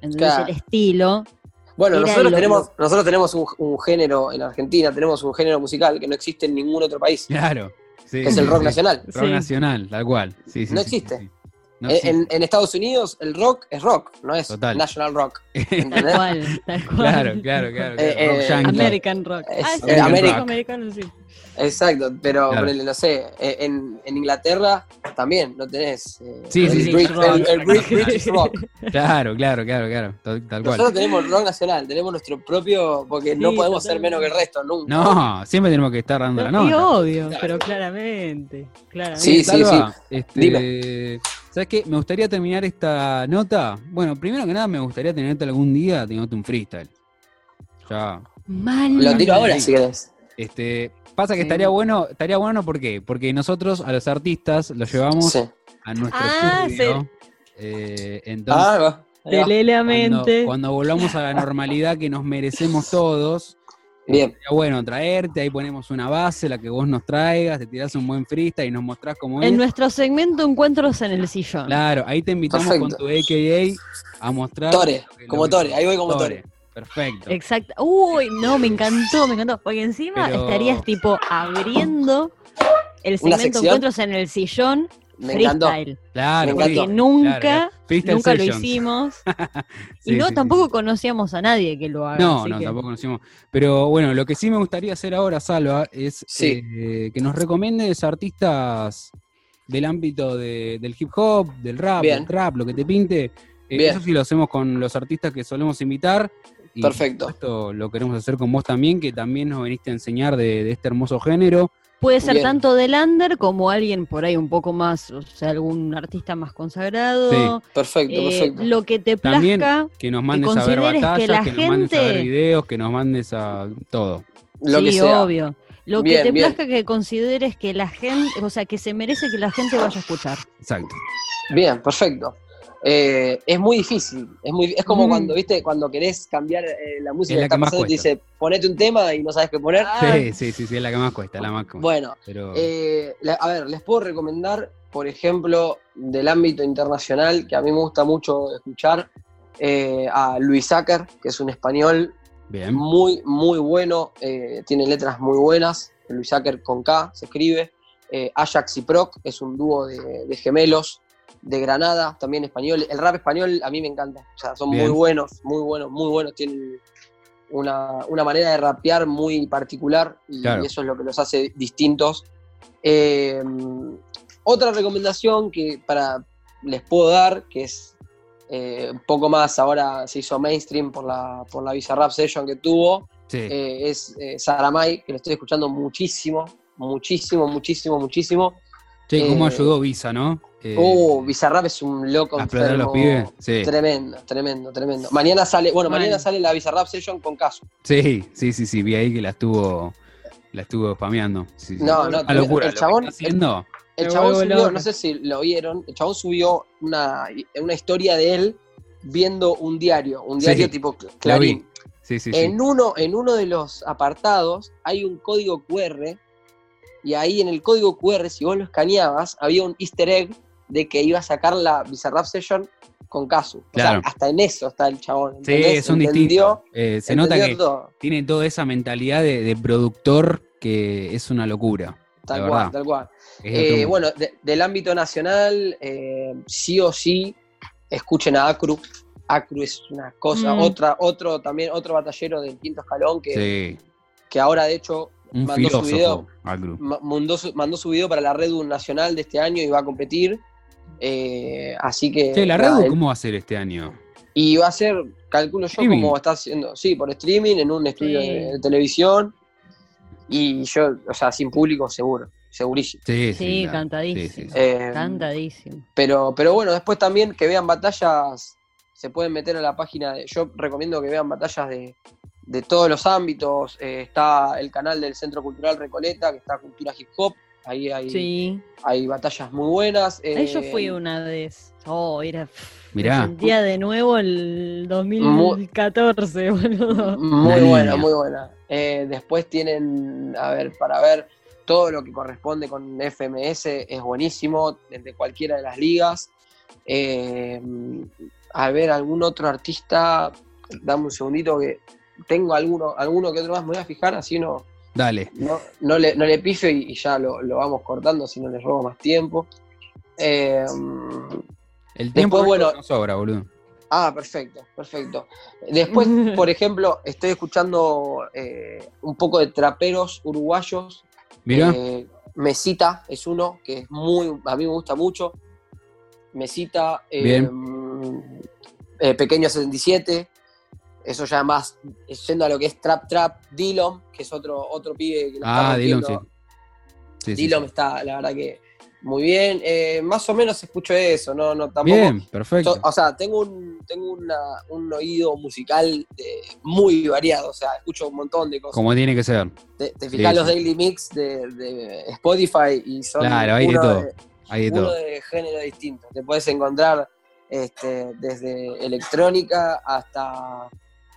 S2: ¿entendés?
S3: Claro.
S2: El estilo.
S3: Bueno,
S2: Era
S3: nosotros
S2: lo-
S3: tenemos, nosotros tenemos un, un género en Argentina, tenemos un género musical que no existe en ningún otro país, que
S1: Claro. Sí,
S3: es
S1: sí,
S3: el rock
S1: sí.
S3: nacional.
S1: Rock
S2: Sí.
S1: nacional, tal cual. Sí, sí,
S3: No
S1: sí, sí,
S3: existe.
S1: sí. No
S3: Eh,
S1: existe.
S3: en, en Estados Unidos el rock es rock, no es
S1: Total.
S3: national rock.
S2: Tal
S3: ¿entendés?
S2: cual, tal cual.
S1: Claro, claro, claro. claro.
S3: Eh,
S1: Rock
S3: eh,
S1: yankee.
S2: American rock.
S3: Es-
S2: Ah, sí,
S1: eh,
S2: American
S1: Ameri-
S2: americano, sí.
S3: Exacto, pero
S1: Claro.
S3: ponele, no sé, eh, en, en Inglaterra también no tenés eh,
S1: Sí,
S3: el,
S1: sí, sí,
S3: Brit-
S1: rock
S3: el- el Brit-
S1: nacional.
S3: British rock.
S1: Claro, claro, claro, claro. Tal, tal cual.
S3: Nosotros tenemos el rock nacional, tenemos nuestro propio, porque no
S2: Sí,
S3: podemos ser
S2: totalmente.
S3: menos que el resto, nunca.
S1: No, siempre tenemos que estar dando la
S2: No, y
S1: nota.
S2: obvio,
S3: Claro.
S2: pero claramente. claramente.
S3: Sí, sí,
S1: Salva, este,
S3: Dime.
S1: ¿Sabes qué? Me gustaría terminar esta nota. Bueno, primero que nada, me gustaría tenerte algún día teniéndote un freestyle. Ya.
S2: Mal.
S3: Lo tiro
S1: Sí.
S3: ahora si querés.
S1: Este, pasa que
S3: Sí.
S1: estaría bueno, estaría bueno ¿por qué? Porque nosotros a los artistas los llevamos
S3: Sí.
S1: a nuestro
S2: Ah,
S1: estudio. Eh, entonces,
S3: Ah, va. ahí
S2: Te
S3: va.
S2: lee la
S1: cuando,
S2: mente.
S1: cuando volvamos a la normalidad que nos merecemos todos,
S3: Bien,
S1: estaría bueno traerte, ahí ponemos una base, la que vos nos traigas, te tirás un buen freestyle y nos mostrás cómo es.
S2: En nuestro segmento Encuentros en el Sillón.
S1: Claro, ahí te invitamos
S3: Perfecto.
S1: con tu AKA a mostrar.
S3: Tore,
S1: lo que-
S3: como
S1: lo que-
S3: Tore, ahí voy como Tore.
S1: Perfecto.
S2: Exacto. Uy, no, me encantó, me encantó. Porque encima
S1: Pero-
S2: estarías tipo abriendo el
S3: Una
S2: segmento
S3: sección.
S2: Encuentros en el Sillón
S3: Me encantó.
S2: freestyle.
S1: Claro,
S3: Me
S2: Porque
S3: encantó.
S2: nunca,
S1: claro. Freestyle
S2: nunca lo
S1: sessions.
S2: hicimos.
S1: Sí,
S2: y no,
S1: sí, sí.
S2: tampoco conocíamos a nadie que lo haga.
S1: No,
S2: así
S1: no,
S2: que-
S1: tampoco conocimos. Pero bueno, lo que sí me gustaría hacer ahora, Salva, es
S3: Sí.
S1: eh, que nos recomiendes artistas del ámbito de- del hip hop, del rap,
S3: Bien.
S1: del trap, lo que te pinte. Eh,
S3: Bien.
S1: Eso sí lo hacemos con los artistas que solemos invitar. Y
S3: Perfecto.
S1: Esto lo queremos hacer con vos también, que también nos viniste a enseñar de- de este hermoso género.
S2: Puede ser
S3: Bien.
S2: tanto del under como alguien por ahí un poco más, o sea, algún artista más consagrado.
S3: Perfecto,
S2: Eh,
S3: perfecto.
S2: lo que te
S1: También-
S2: plazca.
S1: Que nos mandes a ver
S2: consideres que
S1: batallas, que,
S2: la
S1: nos mandes a ver
S2: gente-
S1: videos, que nos mandes a todo.
S3: Lo
S2: sí,
S3: que sea.
S2: obvio. Lo
S3: Bien,
S2: que te
S3: bien.
S2: plazca que consideres que la gente, o sea, que se merece que la gente vaya a escuchar.
S1: Exacto.
S3: Bien, perfecto. Eh, es muy difícil. Es muy, es como
S2: Mm.
S3: cuando, viste, cuando querés cambiar eh, la música
S1: Es la
S3: que está
S1: que más
S3: pasando y te
S1: cuesta.
S3: dice, ponete un tema y no sabes qué poner.
S1: Sí, sí, sí, sí, es la que más cuesta, la más cuesta.
S3: Bueno,
S1: Pero
S3: eh, la- a ver, les puedo recomendar, por ejemplo, del ámbito internacional, que a mí me gusta mucho escuchar, eh, a Luis Acker, que es un español
S1: bien,
S3: muy, muy bueno, eh, tiene letras muy buenas, Luis Acker con K se escribe, Eh, Ajax y Proc es un dúo de, de gemelos de Granada, también español, el rap español a mí me encanta, o sea, son muy
S1: Bien.
S3: buenos, muy buenos, muy buenos, tienen una, una manera de rapear muy particular y
S1: Claro.
S3: eso es lo que los hace distintos. Eh, Otra recomendación que para, les puedo dar, que es eh, un poco más ahora se hizo mainstream por la, por la Visa Rap Session que tuvo,
S1: Sí.
S3: eh, es eh, Saramay, que lo estoy escuchando muchísimo, muchísimo, muchísimo, muchísimo.
S1: che, ¿cómo
S3: eh,
S1: ayudó Visa, no? Eh,
S3: oh, Bizarrap es un loco
S1: a explotar a los
S3: enfermo.
S1: pibes. Sí,
S3: Tremendo, tremendo, tremendo. Mañana sale, bueno,
S2: Mal.
S3: mañana sale la Bizarrap Session con Caso.
S1: sí, sí, sí, sí, vi ahí que la estuvo, la estuvo spameando. Sí, sí.
S3: No, no,
S1: Una locura.
S3: el chabón-
S1: lo que está haciendo.
S3: El
S2: Me
S3: chabón
S2: vuelvo
S3: subió,
S2: loca.
S3: no sé si lo vieron, el chabón subió una, una historia de él viendo un diario, un
S1: Sí,
S3: diario tipo cl- Clarín.
S1: Sí, sí, sí.
S3: En uno, en uno de los apartados hay un código QR y ahí en el código QR, si vos lo escaneabas, había un easter egg de que iba a sacar la Bizarrap Session con Casu.
S1: Claro.
S3: hasta en eso está el chabón.
S1: Sí,
S3: ¿entendés?
S1: son distintos.
S3: Entendió-
S1: Eh, se nota que
S3: entendió todo.
S1: tiene toda esa mentalidad de, de productor que es una locura.
S3: Tal
S1: la
S3: cual,
S1: verdad.
S3: tal cual.
S1: Es
S3: Eh,
S1: otro-
S3: bueno, de- del ámbito nacional, eh, sí o sí, escuchen a Acru. Acru es una cosa,
S2: Mm.
S3: otra, otro también, otro batallero del quinto escalón que,
S1: sí,
S3: que ahora de hecho
S1: un
S3: mandó su video.
S1: filósofo, Agru.
S3: ma- mandó su, mandó su video para la Red Bull Nacional de este año y va a competir. Eh, así que.
S1: Che, la
S3: nada,
S1: Redu,
S3: él-
S1: ¿cómo va a ser este año?
S3: Y va a ser, calculo yo,
S1: Streaming.
S3: como está haciendo. Sí, por streaming, en un estudio
S2: Sí.
S3: de, de televisión. Y yo, o sea, sin público, seguro, segurísimo.
S1: Sí,
S2: Sí,
S1: la-
S2: cantadísimo.
S1: sí, sí, sí.
S3: Eh,
S2: Cantadísimo.
S3: Pero, pero bueno, después también que vean batallas, se pueden meter a la página. De, yo recomiendo que vean batallas de, de todos los ámbitos. Eh, está el canal del Centro Cultural Recoleta, que está Cultura Hip Hop. Ahí hay,
S2: Sí.
S3: hay batallas muy buenas.
S2: Ahí yo fui
S3: Eh,
S2: una vez. Oh, era. pff, me
S1: Mirá.
S2: Sentía de nuevo el 2014,
S1: Una
S2: boludo.
S3: Muy
S1: niña.
S3: buena, muy buena. Eh, después tienen, a ver, para ver todo lo que corresponde con FMS, es buenísimo, desde cualquiera de las ligas. Eh, a ver, algún otro artista, dame un segundito que tengo alguno, alguno que otro más, me voy a fijar, así no,
S1: Dale.
S3: no, no le, no le pifio y, y ya lo, lo vamos cortando, si no les robo más tiempo. Eh,
S1: El tiempo
S3: bueno-
S1: no sobra, boludo.
S3: Ah, perfecto, perfecto. Después, por ejemplo, estoy escuchando eh, un poco de traperos uruguayos.
S1: Mirá,
S3: Eh, Mesita es uno que es muy, a mí me gusta mucho. Mesita, eh, eh, Pequeño 77, eso ya más, yendo a lo que es Trap Trap, Dillom, que es otro, otro pibe que la
S1: ah,
S3: está
S1: Dylan, sí.
S3: rompiendo.
S1: Sí, sí, sí.
S3: Dillom está, la verdad que muy bien. Eh, más o menos escucho eso, no, no, tampoco
S1: Bien, perfecto.
S3: yo, ah, o sea, tengo un, tengo una- un oído musical eh, muy variado, o sea, escucho un montón de cosas.
S1: Como tiene que ser.
S3: Te, te fijas
S1: Sí,
S3: los
S1: sí.
S3: Daily Mix de, de Spotify y son
S1: Claro, hay de
S3: uno
S1: todo, Hay de
S3: uno
S1: todo.
S3: de género distinto. Te puedes encontrar este, desde electrónica hasta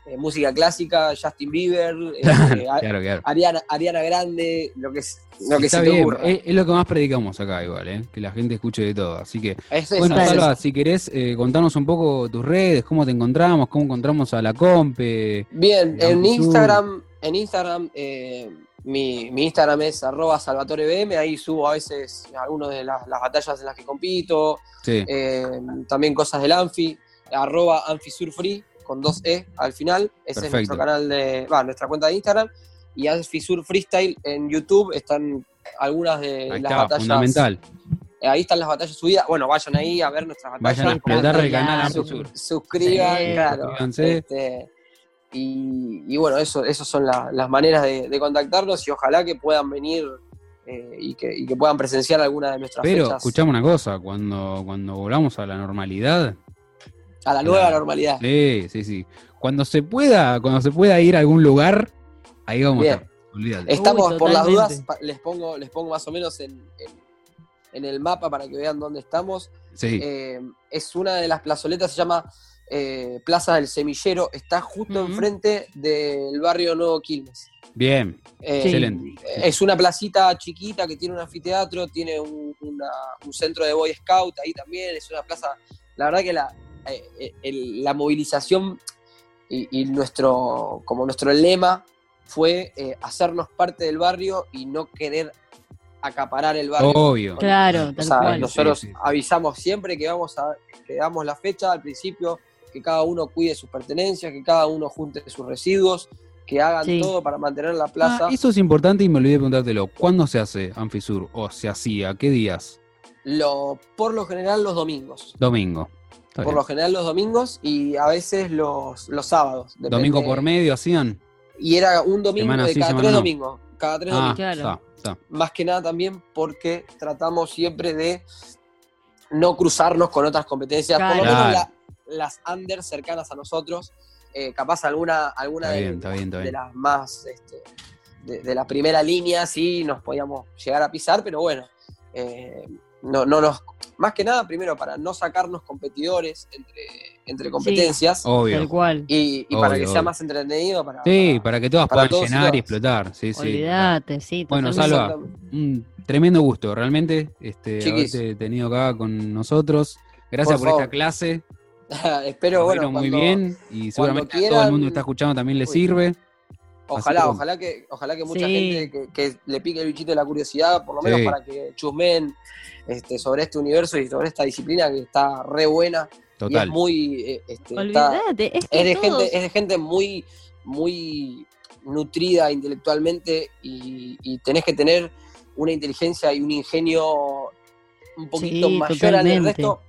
S3: eh, música clásica, Justin Bieber, eh, a-
S1: Claro, claro.
S3: Ariana, Ariana Grande, lo que, es- lo que
S1: Está
S3: se te
S1: bien, eh,
S3: ocurra.
S1: es, es lo que más predicamos acá igual, ¿eh? que la gente escuche de todo. Así que,
S3: Es- es-
S1: bueno,
S3: es-
S1: Salva, si querés, eh, contanos un poco tus redes, cómo te encontramos, cómo encontramos a la compe.
S3: Bien, en
S1: Amplitud.
S3: Instagram, en Instagram, eh, mi, mi Instagram es arroba salvatorebm, ahí subo a veces algunas de las, las batallas en las que compito,
S1: Sí,
S3: eh, también cosas del Anfi, arroba anfisurfree con dos E al final, ese es
S1: Perfecto.
S3: nuestro canal de, va, nuestra cuenta de Instagram, y Anfisur Freestyle en YouTube están algunas de
S1: ahí
S3: las
S1: está,
S3: batallas.
S1: fundamental.
S3: eh, ahí están las batallas subidas, bueno, vayan ahí a ver nuestras batallas.
S1: Vayan a explotar el
S2: Batallas.
S1: canal
S3: Sus-
S1: Amplio Sur.
S3: Suscriban,
S2: Sí.
S3: claro.
S1: Suscríbanse.
S3: Este, y, y bueno, eso, esas son la- las maneras de, de contactarnos y ojalá que puedan venir eh, y, que, y que puedan presenciar alguna de nuestras
S1: Pero,
S3: fechas
S1: escuchame una cosa, cuando, cuando volvamos a la normalidad,
S3: a la nueva
S1: Claro.
S3: normalidad.
S1: sí, sí, sí. Cuando se pueda, cuando se pueda ir a algún lugar, ahí vamos
S3: Bien.
S1: a estar. Olvídate.
S3: Estamos
S2: Uy,
S3: por las
S2: totalmente.
S3: dudas, pa- les pongo, les pongo más o menos en, en- en el mapa para que vean dónde estamos.
S1: Sí,
S3: Eh, es una de las plazoletas, se llama eh, Plaza del Semillero, está justo
S2: Ujú.
S3: enfrente del barrio Nuevo Quilmes.
S1: bien,
S3: Eh,
S2: Sí.
S1: excelente.
S3: Es una placita chiquita que tiene un anfiteatro, tiene un, una- un centro de Boy Scout ahí también, es una plaza, la verdad que la, eh, eh, el- la movilización y, y nuestro, como nuestro lema fue eh, hacernos parte del barrio y no querer acaparar el barrio.
S1: Obvio.
S2: Claro,
S3: O
S2: tal
S3: sea,
S2: cual.
S3: nosotros
S1: Oh, Sí, sí, sí.
S3: avisamos siempre que vamos a, que damos la fecha al principio, que cada uno cuide sus pertenencias, que cada uno junte sus residuos, que hagan
S2: Sí.
S3: todo para mantener la plaza.
S1: Ah, eso es importante y me olvidé de preguntártelo. ¿Cuándo se hace Anfisur? ¿O se hacía? ¿Qué días?
S3: Lo, por lo general los domingos.
S1: Domingo. Está
S3: Por
S1: bien.
S3: lo general los domingos y a veces los, los sábados. depende.
S1: Domingo por medio hacían.
S3: Y era un domingo
S1: Semana
S3: de
S1: sí,
S3: cada
S1: semana
S3: tres
S1: no.
S3: domingos. Cada tres
S1: Ah,
S3: domingos.
S2: Claro.
S1: está, está.
S3: Más que nada también porque tratamos siempre de no cruzarnos con otras competencias. Por lo
S2: Claro.
S3: menos
S1: Claro.
S3: la- las under cercanas a nosotros. eh, capaz alguna, alguna
S1: Está
S3: de,
S1: bien, está bien, está
S3: de
S1: bien.
S3: las más este, de, de la primera línea sí nos podíamos llegar a pisar, pero bueno, eh, no, no nos. Más que nada, primero, para no sacarnos competidores entre, entre competencias
S2: Tal
S1: Obvio.
S2: cual.
S3: y, y
S1: obvio,
S3: para que sea
S1: obvio.
S3: más entretenido. Para,
S1: Sí, para que todas
S3: para
S1: puedan
S3: todos y
S1: llenar y
S3: todas.
S1: explotar. Sí, sí.
S2: Olvídate, sí.
S1: Bueno,
S2: totalmente.
S1: Salva. Un tremendo gusto, realmente, este,
S3: Chiquis.
S1: haberte tenido acá con nosotros. Gracias por,
S3: Por favor.
S1: esta clase.
S3: Espero,
S1: nos
S3: bueno,
S1: vieron muy
S3: cuando-
S1: bien y seguramente a todo el
S3: quieran-
S1: mundo que está escuchando también le
S3: Uy.
S1: sirve.
S3: Ojalá,
S1: Así que-
S3: ojalá que, ojalá que mucha
S2: Sí.
S3: gente que, que le pique el bichito de la curiosidad, por lo menos
S1: Sí.
S3: para que chusmen este, sobre este universo y sobre esta disciplina que está re buena y
S1: Total.
S3: es muy eh, este, está-
S2: Olvídate, es que
S3: es de
S2: todos-
S3: gente, es de gente muy, muy nutrida intelectualmente y, y tenés que tener una inteligencia y un ingenio un poquito
S2: Sí,
S3: mayor al
S2: totalmente.
S3: resto,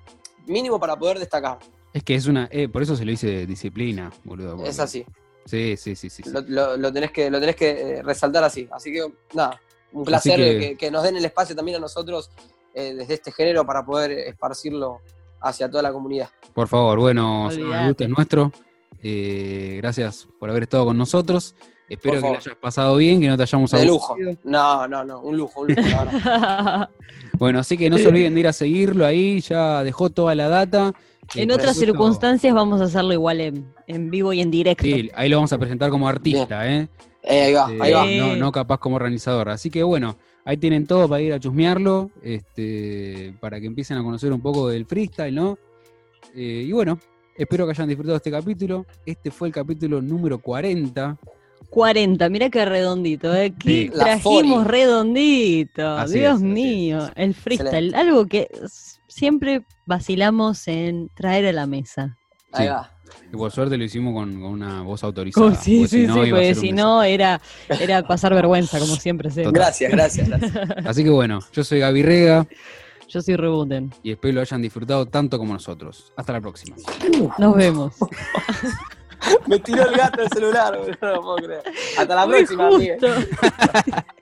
S3: mínimo para poder destacar.
S1: Es que es una. eh, por eso se lo hice disciplina, boludo. porque-
S3: Es así,
S1: Sí, sí, sí. sí, sí.
S3: lo, lo- lo tenés que, lo tenés que eh, resaltar así. Así que nada, un placer eh,
S1: que-
S3: que... que nos den el espacio también a nosotros eh, desde este género para poder esparcirlo hacia toda la comunidad.
S1: Por favor, bueno, Seba, el
S2: Olvídate.
S1: gusto es nuestro. Eh, gracias por haber estado con nosotros. Espero
S3: Por
S1: que
S3: favor.
S1: lo hayas pasado bien, que no te hayamos
S3: De
S1: aburrido.
S3: lujo. No, no, no, un lujo, un lujo. la verdad.
S1: Bueno, así que no se olviden de ir a seguirlo ahí, ya dejó toda la data. Eh,
S2: en
S1: por
S2: otras
S1: supuesto,
S2: circunstancias vamos a hacerlo igual en, en vivo y en directo.
S1: Sí, ahí lo vamos a presentar como artista, ¿eh?
S3: Eh, ahí va,
S1: Eh,
S3: ahí va.
S1: No, no capaz como organizador. Así que bueno, ahí tienen todo para ir a chusmearlo, este, para que empiecen a conocer un poco del freestyle, ¿no? Eh, y bueno, espero que hayan disfrutado este capítulo. Este fue el capítulo número 40.
S2: 40, mira qué redondito, ¿eh?
S1: Sí.
S2: ¿Qué
S3: La
S2: trajimos
S3: 40.
S2: redondito?
S1: Así es,
S2: Dios
S1: así
S2: mío,
S1: es.
S2: el freestyle,
S3: Excelente.
S2: algo que s- siempre vacilamos en traer a la mesa.
S3: Ahí
S1: Sí.
S3: va.
S1: Que por suerte lo hicimos con, con una voz autorizada.
S2: Como- Oh, sí,
S1: porque
S2: sí, sí,
S1: iba a
S2: porque
S1: ser un
S2: si no era, era pasar vergüenza, como siempre hacemos.
S1: Total.
S3: Gracias, gracias, gracias.
S1: desastre. Así que bueno, yo soy Gaby Rega
S2: Yo soy Rebuten.
S1: y espero lo hayan disfrutado tanto como nosotros. Hasta la próxima.
S2: Nos vemos.
S3: Me tiró el gato del celular, boludo, no lo puedo creer. Hasta la
S2: Muy
S3: próxima, Miguel.
S2: justo.